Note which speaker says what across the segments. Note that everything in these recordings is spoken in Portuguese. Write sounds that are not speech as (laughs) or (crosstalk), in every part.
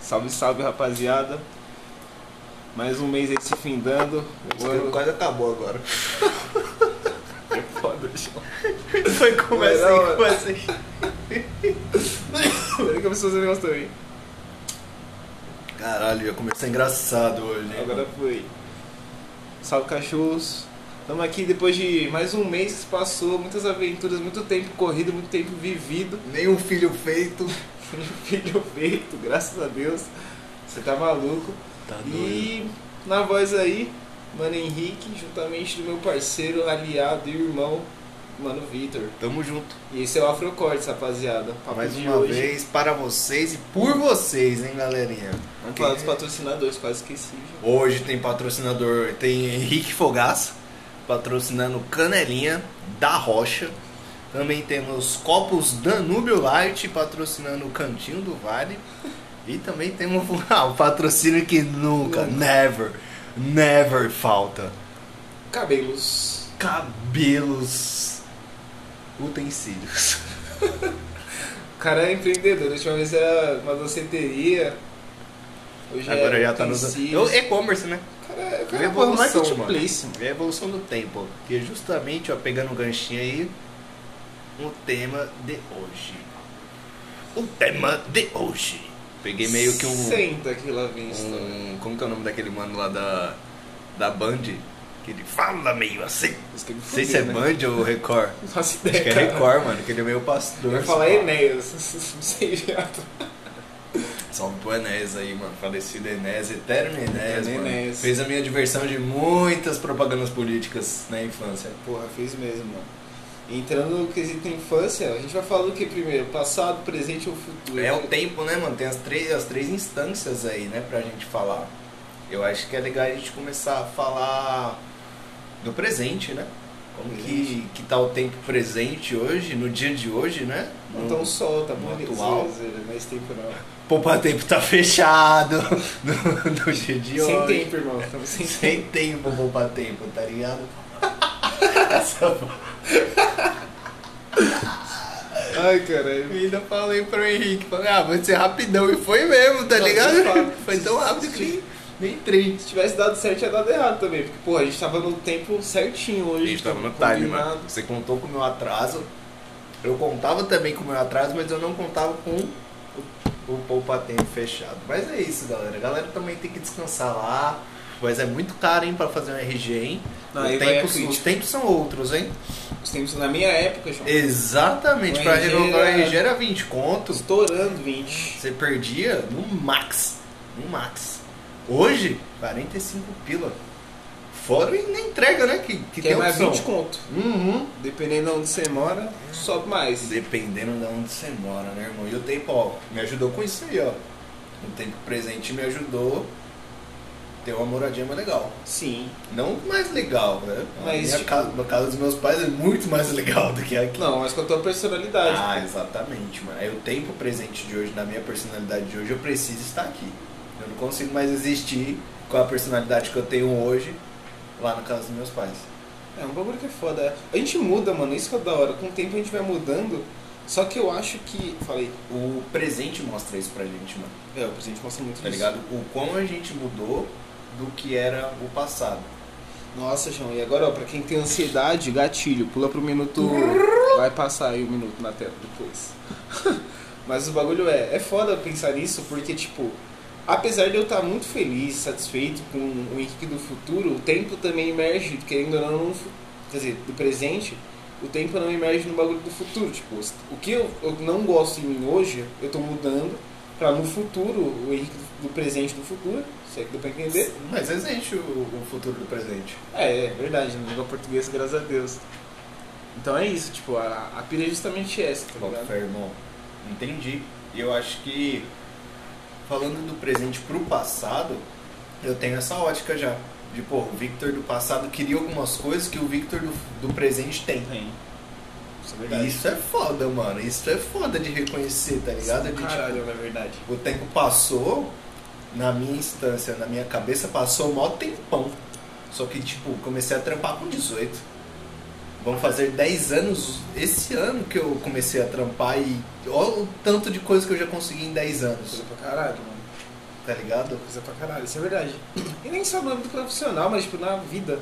Speaker 1: Salve, salve, rapaziada. Mais um mês aí se findando. O
Speaker 2: Mano,
Speaker 1: ano
Speaker 2: quase acabou agora.
Speaker 1: (laughs) é foda, João.
Speaker 2: Foi
Speaker 1: Não é
Speaker 2: começar
Speaker 1: não, mano.
Speaker 2: com
Speaker 1: (laughs)
Speaker 2: assim.
Speaker 1: Peraí que eu preciso fazer um negócio também.
Speaker 2: Caralho, ia começar engraçado hoje, né?
Speaker 1: Agora foi. Salve, cachorros. Estamos aqui depois de mais um mês que se passou, muitas aventuras, muito tempo corrido, muito tempo vivido. (laughs)
Speaker 2: Nenhum filho feito.
Speaker 1: Filho feito, graças a Deus. Você tá maluco.
Speaker 2: Tá
Speaker 1: E na voz aí, Mano Henrique, juntamente do meu parceiro, aliado e irmão, Mano Vitor.
Speaker 2: Tamo junto.
Speaker 1: E esse é o Afrocortes, rapaziada. Papo
Speaker 2: Mais
Speaker 1: de
Speaker 2: uma
Speaker 1: hoje.
Speaker 2: vez, para vocês e por vocês, hein, galerinha?
Speaker 1: Vamos falar dos patrocinadores, quase esqueci. já.
Speaker 2: Hoje tem patrocinador, tem Henrique Fogaça, patrocinando Canelinha, da Rocha. Também temos Copos Danúbio Light, patrocinando o Cantinho do Vale. E também temos (laughs) ah, o patrocínio que nunca,
Speaker 1: Nunca.
Speaker 2: never, never falta.
Speaker 1: Cabelos.
Speaker 2: Cabelos, utensílios.
Speaker 1: O cara é empreendedor, da última vez era uma danceteria. Hoje
Speaker 2: Agora
Speaker 1: é
Speaker 2: já tá nos...
Speaker 1: utensílios.
Speaker 2: Eu- E-commerce, né?
Speaker 1: O cara, é- o cara é
Speaker 2: Evolução,
Speaker 1: evolução,
Speaker 2: mano.
Speaker 1: please, mano.
Speaker 2: É a evolução do tempo. Que é justamente, ó, pegando o ganchinho aí, o tema de hoje. O tema de hoje. Peguei meio que um.
Speaker 1: Senta aqui lá vem isso também.
Speaker 2: um como que é o nome daquele mano lá da. Da Band? Que ele fala meio assim. Não
Speaker 1: Isso que me
Speaker 2: sei
Speaker 1: fudeu,
Speaker 2: se é
Speaker 1: né?
Speaker 2: Band ou Record.
Speaker 1: Não faço
Speaker 2: Acho
Speaker 1: ideia, (laughs)
Speaker 2: que é
Speaker 1: cara.
Speaker 2: Record, mano, que ele é meio
Speaker 1: Eu
Speaker 2: pastor.
Speaker 1: ia falar
Speaker 2: assim.
Speaker 1: Enéas, (laughs) não sei já.
Speaker 2: Salve pro Enés aí, mano. Falecido Enés, eterno Enés,
Speaker 1: Eterno
Speaker 2: mano.
Speaker 1: Enés.
Speaker 2: Fez a minha diversão de muitas propagandas políticas na infância.
Speaker 1: Porra, fez mesmo, mano. Entrando no quesito infância, a gente vai falar do que primeiro? Passado, presente ou futuro?
Speaker 2: É o tempo, né, mano? Tem as três, as três instâncias aí, né, pra gente falar. Eu acho que é legal a gente começar a falar do presente, né? Como que, que tá o tempo presente hoje, no dia de hoje, né?
Speaker 1: Não tão sol, tá
Speaker 2: no
Speaker 1: bonito.
Speaker 2: atual.
Speaker 1: você vai dizer, Mas tempo não.
Speaker 2: Poupa tempo tá fechado (laughs) no, no dia de
Speaker 1: sem
Speaker 2: hoje.
Speaker 1: tempo, irmão. Estamos
Speaker 2: (laughs)
Speaker 1: sem tempo.
Speaker 2: Sem tempo, poupa tempo, tá ligado? Essa
Speaker 1: Ai, caralho.
Speaker 2: vida falei pro Henrique, falei, ah, vou ser rapidão. E foi mesmo, tá
Speaker 1: Não,
Speaker 2: ligado?
Speaker 1: de fato.
Speaker 2: Foi tão rápido que nem, nem entrei.
Speaker 1: Se tivesse dado certo, tinha dado errado também. Porque, pô, a gente tava no tempo certinho hoje.
Speaker 2: A gente tava no
Speaker 1: combinado.
Speaker 2: time, né? mano. Tá Você contou com o meu atraso. Eu contava também com o meu atraso, mas eu não contava com o- o poupatempo fechado. Mas é isso, galera. A galera também tem que descansar lá. Mas é muito caro, hein, pra fazer um RG, hein?
Speaker 1: Não,
Speaker 2: O
Speaker 1: aí vai
Speaker 2: tempo-
Speaker 1: a crítica.
Speaker 2: os tempos são outros, hein?
Speaker 1: Os tempos na minha época, João.
Speaker 2: Exatamente.
Speaker 1: O é-
Speaker 2: Pra
Speaker 1: RG
Speaker 2: renovar o
Speaker 1: era-
Speaker 2: RG era 20 contos.
Speaker 1: Estourando 20.
Speaker 2: Você perdia no max. No max. Hoje, 45 pila. Fora na entrega, né? Que, que,
Speaker 1: Que
Speaker 2: tem
Speaker 1: é mais
Speaker 2: opção.
Speaker 1: 20 conto.
Speaker 2: Uhum.
Speaker 1: Dependendo de onde você mora, sobe mais.
Speaker 2: Dependendo de onde você mora, né, irmão? E o tempo, ó, me ajudou com isso aí, ó. O tempo presente me ajudou a ter uma moradia mais legal.
Speaker 1: Sim.
Speaker 2: Não mais legal, né? A
Speaker 1: Mas,
Speaker 2: minha
Speaker 1: tipo-
Speaker 2: casa, a casa dos meus pais é muito mais (laughs) legal do que aqui.
Speaker 1: Não, mas com a tua personalidade.
Speaker 2: Ah, exatamente, mano. Aí o tempo presente de hoje, na minha personalidade de hoje, eu preciso estar aqui. Eu não consigo mais existir com a personalidade que eu tenho hoje lá na casa dos meus pais.
Speaker 1: É um bagulho que é foda. é. A gente muda, mano, isso que é da hora. Com o tempo a gente vai mudando. Só que eu acho que. Falei,
Speaker 2: O presente mostra isso pra gente, mano.
Speaker 1: é, o presidente mostra muito
Speaker 2: tá
Speaker 1: isso.
Speaker 2: ligado? O quão a gente mudou do que era o passado.
Speaker 1: Nossa, João, e agora, ó, pra quem tem ansiedade, gatilho, pula pro minuto. Vai passar aí o minuto na tela depois. (laughs) Mas o bagulho é, é foda pensar nisso, porque, tipo, apesar de eu estar muito feliz, satisfeito com o Henrique do futuro, o tempo também emerge, querendo ou não, num fu- quer dizer, do presente, o tempo não emerge no bagulho do futuro. Tipo, os- o que eu, eu não gosto em mim hoje, eu tô mudando pra no futuro, o Henrique do, do presente do futuro, se é que deu pra entender.
Speaker 2: Mas existe o, o futuro do presente.
Speaker 1: É, é verdade, na língua portuguesa, graças a Deus. Então é isso, tipo, a, a pira é justamente essa, tá
Speaker 2: Bota
Speaker 1: ligado?
Speaker 2: fé, irmão. Entendi. E eu acho que, falando do presente pro passado, eu tenho essa ótica já. De, pô, o Victor do passado queria algumas coisas que o Victor do, do presente tem.
Speaker 1: Tem. Isso é
Speaker 2: E
Speaker 1: verdade.
Speaker 2: isso é foda, mano. Isso é foda de reconhecer, tá ligado? De, tipo,
Speaker 1: Caralho, é verdade.
Speaker 2: o tempo passou, na minha instância, na minha cabeça, passou o maior tempão. Só que, tipo, comecei a trampar com 18. Vão fazer 10 anos esse ano que eu comecei a trampar e olha o tanto de coisa que eu já consegui em 10 anos.
Speaker 1: Coisa pra caralho, mano.
Speaker 2: tá ligado?
Speaker 1: Coisa pra caralho, isso é verdade. E nem só no âmbito profissional, mas tipo na vida.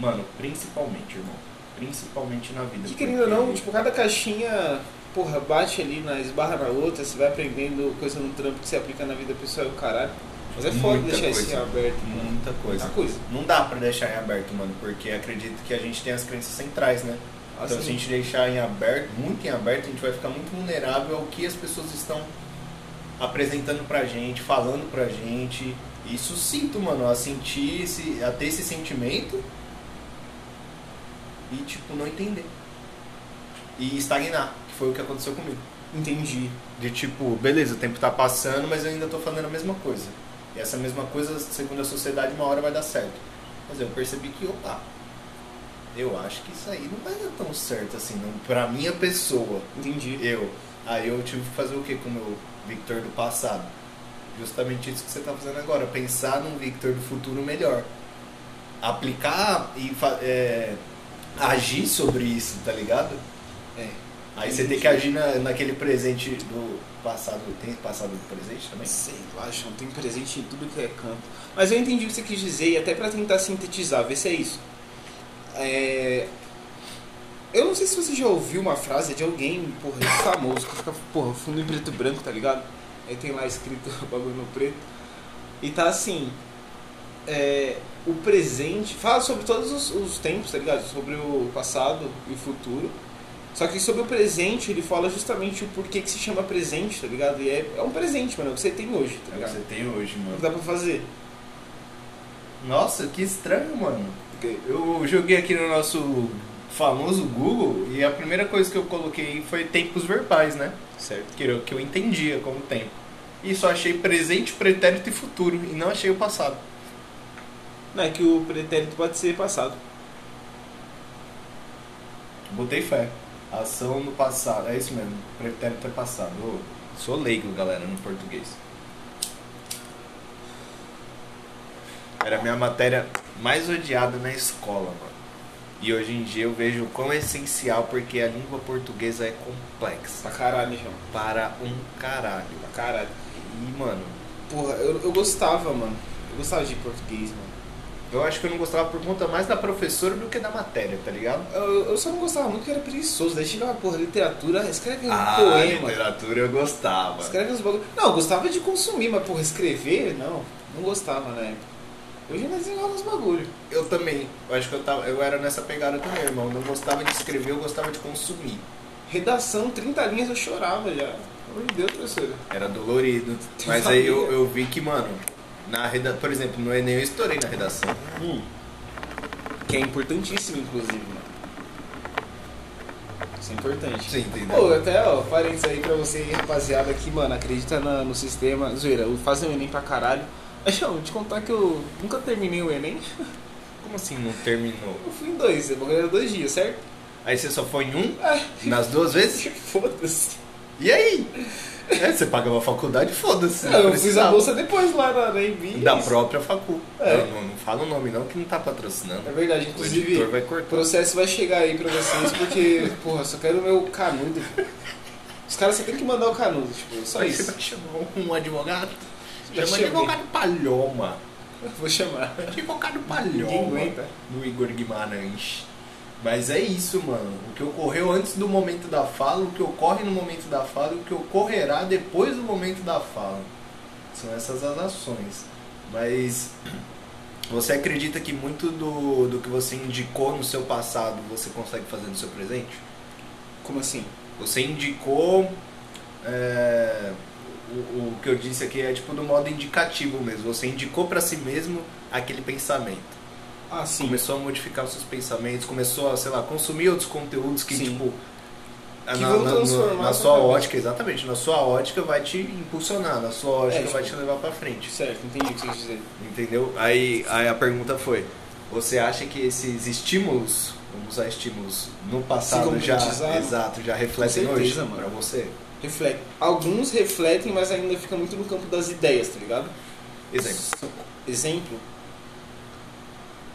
Speaker 2: Mano, principalmente, irmão. Principalmente na vida.
Speaker 1: E querendo ou não,
Speaker 2: porque-
Speaker 1: tipo, cada caixinha, porra, bate ali na esbarra na outra, você vai aprendendo coisa no trampo que você aplica na vida pessoal e o caralho. Mas é foda
Speaker 2: Muita
Speaker 1: deixar isso
Speaker 2: coisa.
Speaker 1: em aberto, mano.
Speaker 2: Muita coisa.
Speaker 1: Muita coisa.
Speaker 2: Não dá pra deixar em aberto, mano, porque acredito que a gente tem as crenças centrais, né? Então, se a
Speaker 1: Assim,
Speaker 2: gente deixar em aberto, muito em aberto, a gente vai ficar muito vulnerável ao que as pessoas estão apresentando pra gente, falando pra gente. Isso sinto, mano, a sentir, esse, a ter esse sentimento e, tipo, não entender. E estagnar, que foi o que aconteceu comigo.
Speaker 1: entendi.
Speaker 2: De tipo, beleza, o tempo tá passando, mas eu ainda tô fazendo a mesma coisa. E essa mesma coisa, segundo a sociedade, uma hora vai dar certo. Mas eu percebi que, opa, eu acho que isso aí não vai dar tão certo assim, não. Pra minha pessoa,
Speaker 1: Entendi.
Speaker 2: eu. Aí eu tive que fazer o que com o meu Victor do passado? Justamente isso que você tá fazendo agora, pensar num Victor do futuro melhor. Aplicar e fa- é, agir sobre isso, tá ligado?
Speaker 1: É.
Speaker 2: Aí você tem que agir na- naquele presente do passado. Tem passado do presente também?
Speaker 1: Sei lá, João, tem presente em tudo que é canto. Mas eu entendi o que você quis dizer, e até pra tentar sintetizar, ver se é isso. É... Eu não sei se você já ouviu uma frase de alguém, porra, famoso, que fica, porra, fundo em preto e branco, tá ligado? Aí tem lá escrito (laughs) o bagulho no preto. E tá assim. é, O presente. Fala sobre todos os, os tempos, tá ligado? Sobre o passado e o futuro. Só que sobre o presente, ele fala justamente o porquê que se chama presente, tá ligado? E é, é um presente, mano, é o que você tem hoje, tá
Speaker 2: É o que
Speaker 1: ligado?
Speaker 2: você tem hoje,
Speaker 1: É o que
Speaker 2: mano.
Speaker 1: dá pra fazer.
Speaker 2: Nossa, que estranho, mano. Eu joguei aqui no nosso famoso Google e a primeira coisa que eu coloquei foi tempos verbais, né?
Speaker 1: Certo.
Speaker 2: Que eu, que eu entendia como tempo. E só achei presente, pretérito e futuro. E não achei o passado.
Speaker 1: Não, é que o pretérito pode ser passado.
Speaker 2: Botei fé. Ação no passado. É isso mesmo. Pretérito é passado. Eu sou leigo, galera, no português. Era a minha matéria mais odiada na escola, mano. E hoje em dia eu vejo o quão é essencial porque a língua portuguesa é complexa
Speaker 1: Pra caralho, João.
Speaker 2: para um caralho.
Speaker 1: Pra caralho.
Speaker 2: E, mano,
Speaker 1: Porra, eu, eu gostava, mano. Eu gostava de português, mano.
Speaker 2: eu acho que eu não gostava por conta mais da professora do que da matéria, tá ligado?
Speaker 1: Eu, eu só não gostava muito que era preguiçoso. Daí chegava, porra, literatura, escreve um
Speaker 2: a
Speaker 1: poema.
Speaker 2: Ah, literatura eu gostava.
Speaker 1: Escreve uns bagulho. Não, eu gostava de consumir, mas porra, escrever, não. Não gostava na época. Hoje nós desenrolamos uns bagulho.
Speaker 2: Eu também. Eu acho que eu, tava, eu era nessa pegada também, irmão. Não gostava de escrever, eu gostava de consumir.
Speaker 1: Redação, 30 linhas eu chorava já. Pelo amor de Deus, professora.
Speaker 2: Era dolorido. Mas aí eu, eu vi que, mano, na reda... por exemplo, no Enem eu estourei na redação.
Speaker 1: Que é importantíssimo, inclusive, mano. Isso é importante.
Speaker 2: Você entendeu?
Speaker 1: Pô, até, ó, parênteses aí pra você, rapaziada, que, mano, acredita na- no sistema. Zoeira, o- fazem o Enem pra caralho. Mas, ó, vou te contar que eu nunca terminei o Enem.
Speaker 2: Como assim não terminou?
Speaker 1: Eu fui em dois, eu vou ganhar dois dias, certo? (laughs)
Speaker 2: Aí você só foi em um?
Speaker 1: Ah,
Speaker 2: Nas duas vezes?
Speaker 1: foda-se.
Speaker 2: E aí? É, você pagava a faculdade, foda-se.
Speaker 1: Não, É, eu fiz a
Speaker 2: precisava.
Speaker 1: bolsa depois lá na, na Embi.
Speaker 2: Da própria facu.
Speaker 1: É.
Speaker 2: Não, não, não fala o nome não, que não tá
Speaker 1: É
Speaker 2: patrocinando.
Speaker 1: verdade,
Speaker 2: O editor
Speaker 1: inclusive,
Speaker 2: vai
Speaker 1: o
Speaker 2: cortar.
Speaker 1: processo vai chegar aí pra vocês,
Speaker 2: (laughs)
Speaker 1: porque, porra, só quero o meu canudo. Os caras só tem que mandar o canudo, tipo, só
Speaker 2: Aí você
Speaker 1: isso.
Speaker 2: vai chamar um advogado.
Speaker 1: Já
Speaker 2: Chama
Speaker 1: chamei.
Speaker 2: advogado palhoma.
Speaker 1: Vou chamar.
Speaker 2: Advogado
Speaker 1: Ninguém
Speaker 2: palhoma.
Speaker 1: aguenta.
Speaker 2: do Igor Guimarães. Mas é isso, mano. O que ocorreu antes do momento da fala, o que ocorre no momento da fala e o que ocorrerá depois do momento da fala. São essas as ações. Mas você acredita que muito do, do que você indicou no seu passado você consegue fazer no seu presente?
Speaker 1: Como assim?
Speaker 2: Você indicou. é, o, o que eu disse aqui é tipo do modo indicativo mesmo. Você indicou pra si mesmo aquele pensamento
Speaker 1: Ah, sim.
Speaker 2: começou a modificar os seus pensamentos, começou a, sei lá, consumir outros conteúdos que,
Speaker 1: Sim.
Speaker 2: tipo,
Speaker 1: Que vão transformar
Speaker 2: na
Speaker 1: a sua
Speaker 2: sua
Speaker 1: cabeça.
Speaker 2: ótica, exatamente, na sua ótica vai te impulsionar, na sua ótica
Speaker 1: tipo-
Speaker 2: vai te levar pra frente.
Speaker 1: Certo, entendi o que você quis dizer.
Speaker 2: Entendeu? Aí, aí a pergunta foi: você acha que esses estímulos, vamos usar estímulos no passado já,
Speaker 1: concretizaram?
Speaker 2: exato, já refletem
Speaker 1: certeza,
Speaker 2: hoje
Speaker 1: mano.
Speaker 2: pra você?
Speaker 1: Reflete. Alguns refletem, mas ainda fica muito no campo das ideias, tá ligado?
Speaker 2: Exemplo.
Speaker 1: Exemplo?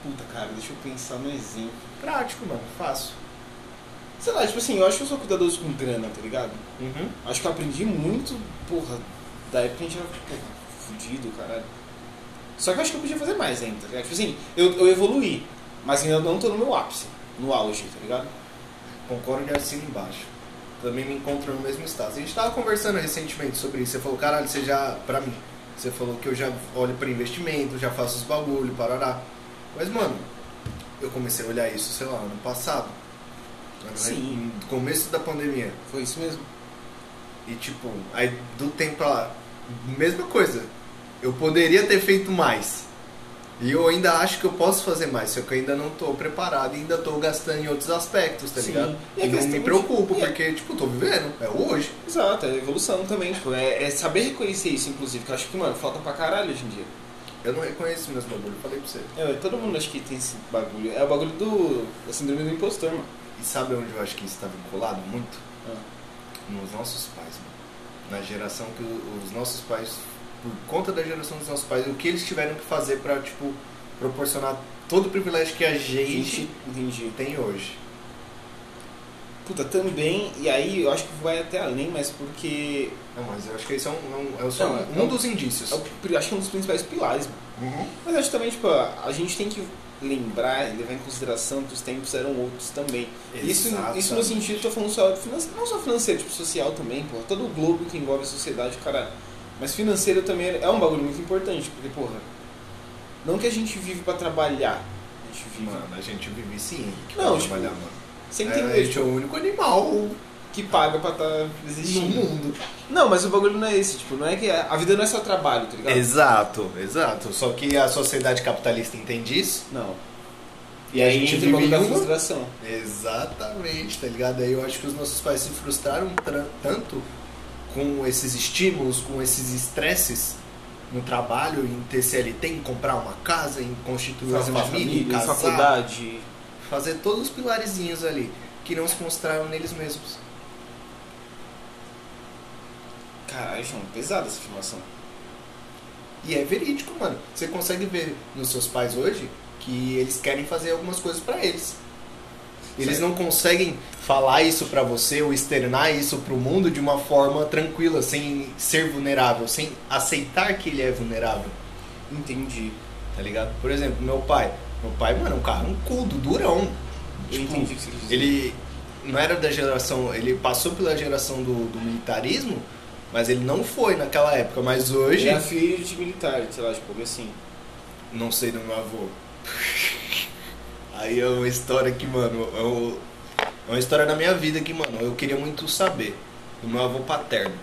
Speaker 1: Puta, cara, deixa eu pensar no exemplo.
Speaker 2: Prático, mano, fácil.
Speaker 1: Sei lá, tipo assim, eu acho que eu sou cuidadoso com
Speaker 2: Uhum.
Speaker 1: grana, tá ligado? Acho que eu aprendi muito, porra, da época que a gente era porra, fudido, caralho. Só que eu acho que eu podia fazer mais ainda, tá ligado? Tipo assim, eu, eu evoluí, mas ainda não tô no meu ápice, no auge, tá ligado?
Speaker 2: Concordo e assino embaixo. Também me encontro no mesmo estado. A gente tava conversando recentemente sobre isso. Você falou, caralho, você já. Pra mim. Você falou que eu já olho pra investimento, já faço os bagulho, parará. Mas, mano, eu comecei a olhar isso, sei lá, ano passado. Ano
Speaker 1: Sim.
Speaker 2: No começo da pandemia.
Speaker 1: Foi isso mesmo.
Speaker 2: E, tipo, aí do tempo pra lá. Mesma coisa. Eu poderia ter feito mais. E eu ainda acho que eu posso fazer mais, só que eu ainda não tô preparado e ainda tô gastando em outros aspectos, tá
Speaker 1: Sim.
Speaker 2: ligado?
Speaker 1: E é
Speaker 2: E,
Speaker 1: a
Speaker 2: não
Speaker 1: questão
Speaker 2: me
Speaker 1: de-
Speaker 2: preocupo,
Speaker 1: e a-
Speaker 2: porque, tipo, tô vivendo, é hoje.
Speaker 1: Exato, é evolução também, tipo, é, é saber reconhecer isso, inclusive, que eu acho que, mano, falta pra caralho hoje em dia.
Speaker 2: Eu não reconheço meus bagulhos, falei pra você.
Speaker 1: É, todo mundo acho que tem esse bagulho. É o bagulho do. da síndrome do impostor, mano.
Speaker 2: E sabe onde eu acho que isso tá vinculado muito?
Speaker 1: Ah,
Speaker 2: Nos nossos pais, mano. Na geração que o- os nossos pais, por conta da geração dos nossos pais, o que eles tiveram que fazer pra, tipo, proporcionar todo o privilégio que a gente
Speaker 1: entendi.
Speaker 2: tem hoje.
Speaker 1: Puta, também, e aí eu acho que vai até além, mas porque.
Speaker 2: Não, mas eu acho que esse é um, é um- é só
Speaker 1: Não, é
Speaker 2: um,
Speaker 1: um-
Speaker 2: dos indícios.
Speaker 1: é o pri- acho que é um dos principais pilares, mano.
Speaker 2: Uhum.
Speaker 1: Mas acho também, tipo, a a gente tem que lembrar e levar em consideração que os tempos eram outros também. Isso, isso no
Speaker 2: Exatamente.
Speaker 1: sentido, tô falando só financeiro, não só financeiro, tipo social também, porra. Todo o globo que envolve a sociedade, cara. Mas financeiro também é um bagulho muito importante, porque, porra, não que a gente vive pra trabalhar, a gente vive.
Speaker 2: Mano, a gente vive sim. que
Speaker 1: Não,
Speaker 2: vai
Speaker 1: tipo,
Speaker 2: trabalhar, mano.
Speaker 1: Você
Speaker 2: É,
Speaker 1: entendeu?
Speaker 2: a gente é o único animal
Speaker 1: que paga pra tá
Speaker 2: no
Speaker 1: existindo.
Speaker 2: mundo.
Speaker 1: Não, mas o bagulho não é esse, tipo, não é que a a vida não é só trabalho, tá ligado?
Speaker 2: Exato, exato. Só que a sociedade capitalista entende isso.
Speaker 1: Não.
Speaker 2: E a
Speaker 1: A gente
Speaker 2: gente
Speaker 1: entra no
Speaker 2: vive
Speaker 1: bagulho da
Speaker 2: em uma
Speaker 1: frustração.
Speaker 2: Exatamente, tá ligado? Aí eu acho que os nossos pais se frustraram tra- tanto com esses estímulos, com esses estresses no trabalho, em ter CLT, em comprar uma casa, em constituir uma família, em casar,
Speaker 1: faculdade.
Speaker 2: fazer todos os pilarizinhos ali, que não se mostraram neles mesmos.
Speaker 1: Caralho, João, pesada essa afirmação.
Speaker 2: E é verídico, mano. Você consegue ver nos seus pais hoje que eles querem fazer algumas coisas pra eles. Eles
Speaker 1: Certo.
Speaker 2: não conseguem falar isso pra você ou externar isso pro mundo de uma forma tranquila, sem ser vulnerável, sem aceitar que ele é vulnerável,
Speaker 1: Entendi.
Speaker 2: tá ligado? Por exemplo, meu pai. Meu pai, mano, é um carrancudo, durão.
Speaker 1: eu
Speaker 2: Tipo,
Speaker 1: entendi o que você quis dizer.
Speaker 2: ele não era da geração, ele passou pela geração do, do militarismo, mas ele não foi naquela época. Mas hoje,
Speaker 1: Ele é filho de militar, sei lá, tipo, algo assim.
Speaker 2: Não sei do meu avô. Aí é uma história que, mano, é o- é uma história da minha vida que, mano, eu queria muito saber do meu avô paterno.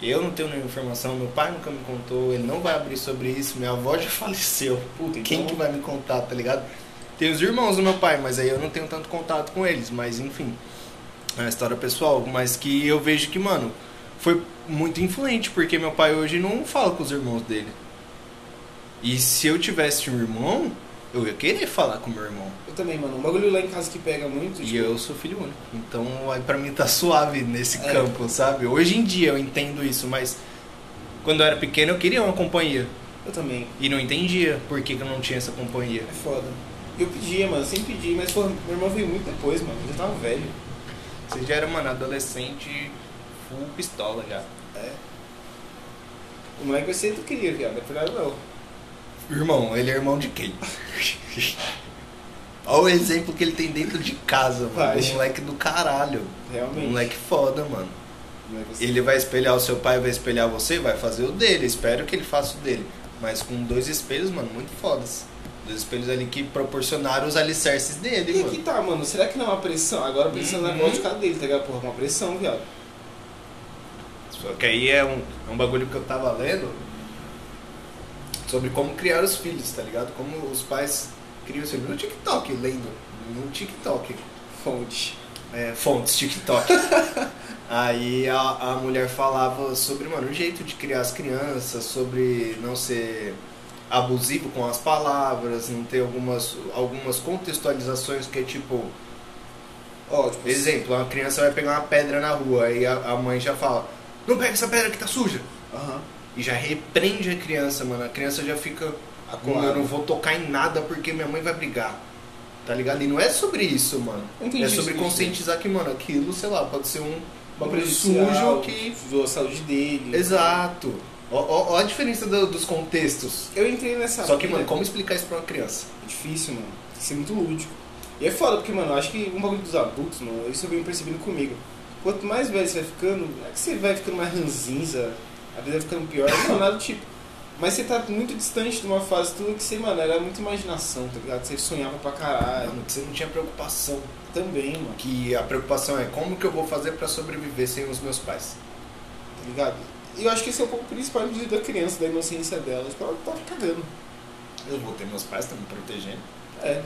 Speaker 2: Eu não tenho nenhuma informação, meu pai nunca me contou, ele não vai abrir sobre isso, minha avó já (laughs) faleceu.
Speaker 1: Puta,
Speaker 2: Quem que
Speaker 1: então,
Speaker 2: vai me contar, tá ligado? Tem os irmãos do meu pai, mas aí eu não tenho tanto contato com eles, mas enfim. É uma história pessoal, mas que eu vejo que, mano, foi muito influente, porque meu pai hoje não fala com os irmãos dele. E se eu tivesse um irmão, eu ia querer falar com meu irmão.
Speaker 1: eu também, mano. Um bagulho lá em casa que pega muito,
Speaker 2: E
Speaker 1: tipo,
Speaker 2: eu sou filho único. Então aí pra mim tá (laughs) suave nesse
Speaker 1: É.
Speaker 2: campo, sabe? Hoje em dia eu entendo isso, mas quando eu era pequeno eu queria uma companhia.
Speaker 1: eu também.
Speaker 2: E não entendia por que, que eu não tinha essa companhia.
Speaker 1: É foda. Eu pedia, mano, sempre pedi, mas pô, meu irmão veio muito depois, mano. Eu já tava velho.
Speaker 2: Você já era, mano, adolescente full pistola já.
Speaker 1: É. O moleque vai ser do que queria, viado. É verdade, não.
Speaker 2: Irmão, ele é irmão de (laughs) quem? Olha o exemplo que ele tem dentro de casa, mano.
Speaker 1: Vai.
Speaker 2: Um moleque do caralho.
Speaker 1: Realmente.
Speaker 2: Um moleque foda, mano.
Speaker 1: O moleque vai ser-
Speaker 2: Ele vai espelhar o seu pai, vai espelhar você, vai fazer o dele. Espero que ele faça o dele. Mas com dois espelhos, mano, muito fodas. Dois espelhos ali que proporcionaram os alicerces dele,
Speaker 1: E
Speaker 2: mano.
Speaker 1: aqui tá, mano, será que não é uma pressão? Agora pensando na
Speaker 2: Uhum.
Speaker 1: lógica dele, tá ligado? Porra, uma pressão, viado.
Speaker 2: Só que aí é um, é um bagulho que eu tava lendo sobre como criar os filhos, tá ligado? Como os pais criam os filhos. No TikTok, lendo. No TikTok.
Speaker 1: Fonte.
Speaker 2: É, fontes, TikTok. aí a, a mulher falava sobre, mano, o jeito de criar as crianças, sobre não ser abusivo com as palavras, não ter algumas, algumas contextualizações que é tipo.
Speaker 1: Ó, tipo,
Speaker 2: Exemplo, uma criança vai pegar uma pedra na rua e a, a mãe já fala: Não pega essa pedra que tá suja!
Speaker 1: Aham.
Speaker 2: E já repreende a criança, mano. A criança já fica. "Ah, "Mano, Eu não vou tocar em nada porque minha mãe vai brigar. Tá ligado? E não é sobre isso, mano.
Speaker 1: Entendi
Speaker 2: é
Speaker 1: isso
Speaker 2: sobre
Speaker 1: que você
Speaker 2: conscientizar que, mano, aquilo, sei lá, pode ser um
Speaker 1: Um
Speaker 2: bagulho
Speaker 1: prejudicial
Speaker 2: sujo que.
Speaker 1: do- a saúde dele.
Speaker 2: Exato. Ó, ó- ó a diferença do- dos contextos.
Speaker 1: Eu entrei nessa.
Speaker 2: Só que,
Speaker 1: vida.
Speaker 2: mano, como explicar isso pra uma criança?
Speaker 1: É difícil, mano. Tem que ser muito lúdico. E é foda, porque, mano, eu acho que um bagulho dos adultos, mano, isso eu venho percebendo comigo. Quanto mais velho você vai ficando, é que você vai ficando mais ranzinza, a vida vai ficando pior, não nada do tipo. Mas você tá muito distante de uma fase tua que você, mano, era muita imaginação, tá ligado? Você sonhava pra caralho.
Speaker 2: Mano, que você não tinha preocupação.
Speaker 1: Também, mano, tá
Speaker 2: Que a preocupação é como que eu vou fazer pra sobreviver sem os meus pais.
Speaker 1: tá ligado? E eu acho que esse é o ponto principal inclusive, da criança, da inocência dela. Tipo, ela tá cagando.
Speaker 2: Eu vou ter meus pais, estão me protegendo.
Speaker 1: É,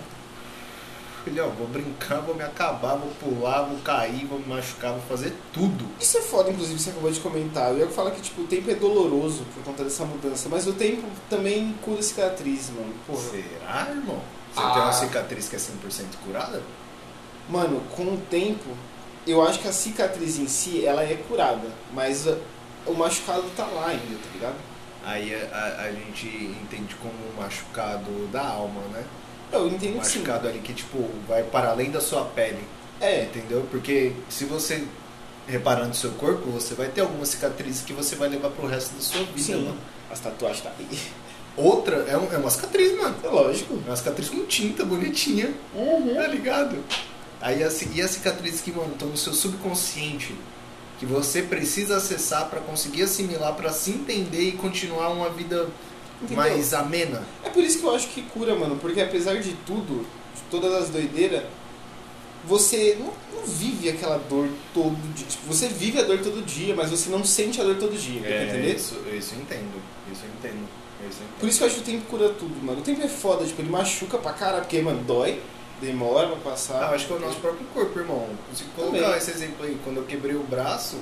Speaker 2: Ele, ó, vou brincar, vou me acabar, vou pular, vou cair, vou me machucar, vou fazer tudo.
Speaker 1: Isso é foda, inclusive, você acabou de comentar. Eu ia falar que tipo, o tempo é doloroso por conta dessa mudança, mas o tempo também cura cicatriz, mano. Porra.
Speaker 2: Será, irmão? Você
Speaker 1: Ah.
Speaker 2: tem uma cicatriz que é 100% curada?
Speaker 1: Mano, com o tempo, eu acho que a cicatriz em si, ela é curada, mas uh, o machucado tá lá ainda, tá ligado?
Speaker 2: Aí a, a- a gente entende como um machucado da alma, né?
Speaker 1: Eu
Speaker 2: Um
Speaker 1: entendo que sim.
Speaker 2: machucado ali que, tipo, vai para além da sua pele,
Speaker 1: É,
Speaker 2: entendeu? Porque se você reparar no seu corpo, você vai ter alguma cicatriz que você vai levar pro resto da sua vida,
Speaker 1: sim.
Speaker 2: mano.
Speaker 1: As tatuagens tá aí. (laughs)
Speaker 2: Outra é, um- é uma cicatriz, mano.
Speaker 1: É lógico.
Speaker 2: É uma cicatriz com tinta, bonitinha.
Speaker 1: Uhum.
Speaker 2: Tá ligado? Aí as, e as cicatrizes que, mano, estão no seu subconsciente, que você precisa acessar pra conseguir assimilar, pra se entender e continuar uma vida
Speaker 1: Entendeu?
Speaker 2: mais amena.
Speaker 1: É por isso que eu acho que cura, mano, porque apesar de tudo, de todas as doideiras, você não, não vive aquela dor todo dia. Tipo, você vive a dor todo dia, mas você não sente a dor todo dia, tá entendeu?
Speaker 2: É, isso, isso eu entendo. Isso eu entendo. Isso eu entendo.
Speaker 1: Por isso que eu acho que o tempo cura tudo, mano. O tempo é foda, tipo, ele machuca pra caralho, porque, mano, dói, demora pra
Speaker 2: Ah,
Speaker 1: passar.
Speaker 2: eu acho que é o nosso próprio corpo, irmão. Se colocar
Speaker 1: Também.
Speaker 2: esse exemplo aí, quando eu quebrei o braço,